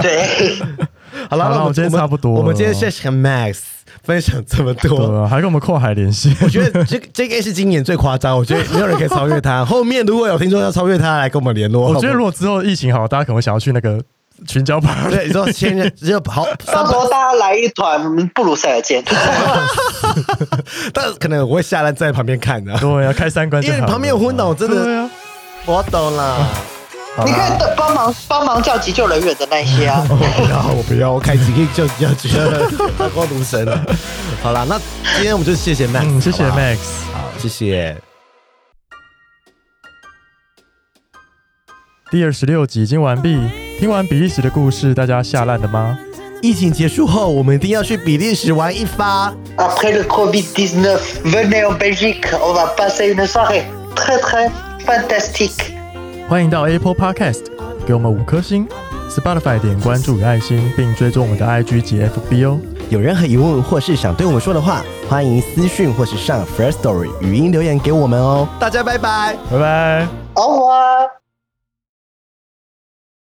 S3: 对，
S1: 好
S2: 好了，
S1: 啦
S2: 那
S1: 我
S2: 们
S1: 觉得
S2: 们
S1: 差不多了
S2: 我们今天谢谢 Max 分享这么多。
S1: 对啊，还跟我们跨海联系。
S2: 我觉得 这个这个是今年最夸张，我觉得没有人可以超越 他。后面如果有听众要超越他，来跟我们联络。
S1: 我觉得
S2: 好
S1: 如
S2: 不
S1: 果之后疫情好，大家可能会想要去那个群交
S2: 好
S1: party。
S2: 对你说 千人只有好三
S3: 到时
S2: 百，
S3: 候大家来一团布鲁塞尔见。
S2: 但可能我会下来在旁边看的、
S1: 对啊，开三关就
S2: 因
S1: 好了，
S2: 为旁边有昏倒，我真
S1: 对
S2: 的
S1: 啊，
S2: 我懂啦。
S3: 你可以帮忙帮忙叫急救人员的那些 啊。
S2: 我不要，我不要，我开几个就就觉得打光独神了。好啦，那今天我们就谢谢 Max，
S1: 嗯，谢谢
S2: 好不好
S1: Max。
S2: 好，谢谢。
S1: 第二十六集已经完毕。听完比利时的故事，大家吓烂了吗？
S2: 疫情结束后，我们一定要去比利时玩一发。
S3: Après le Covid-19, venez en Belgique, on va passer une soirée très très fantastique.
S1: 欢迎到 Apple Podcast 给我们五颗星，Spotify 点关注与爱心，并追踪我们的 IG 及 FB 哦。
S2: 有任何疑问或是想对我们说的话，欢迎私讯或是上 First Story 语音留言给我们哦。大家拜拜。
S1: 拜拜。
S3: Au revoir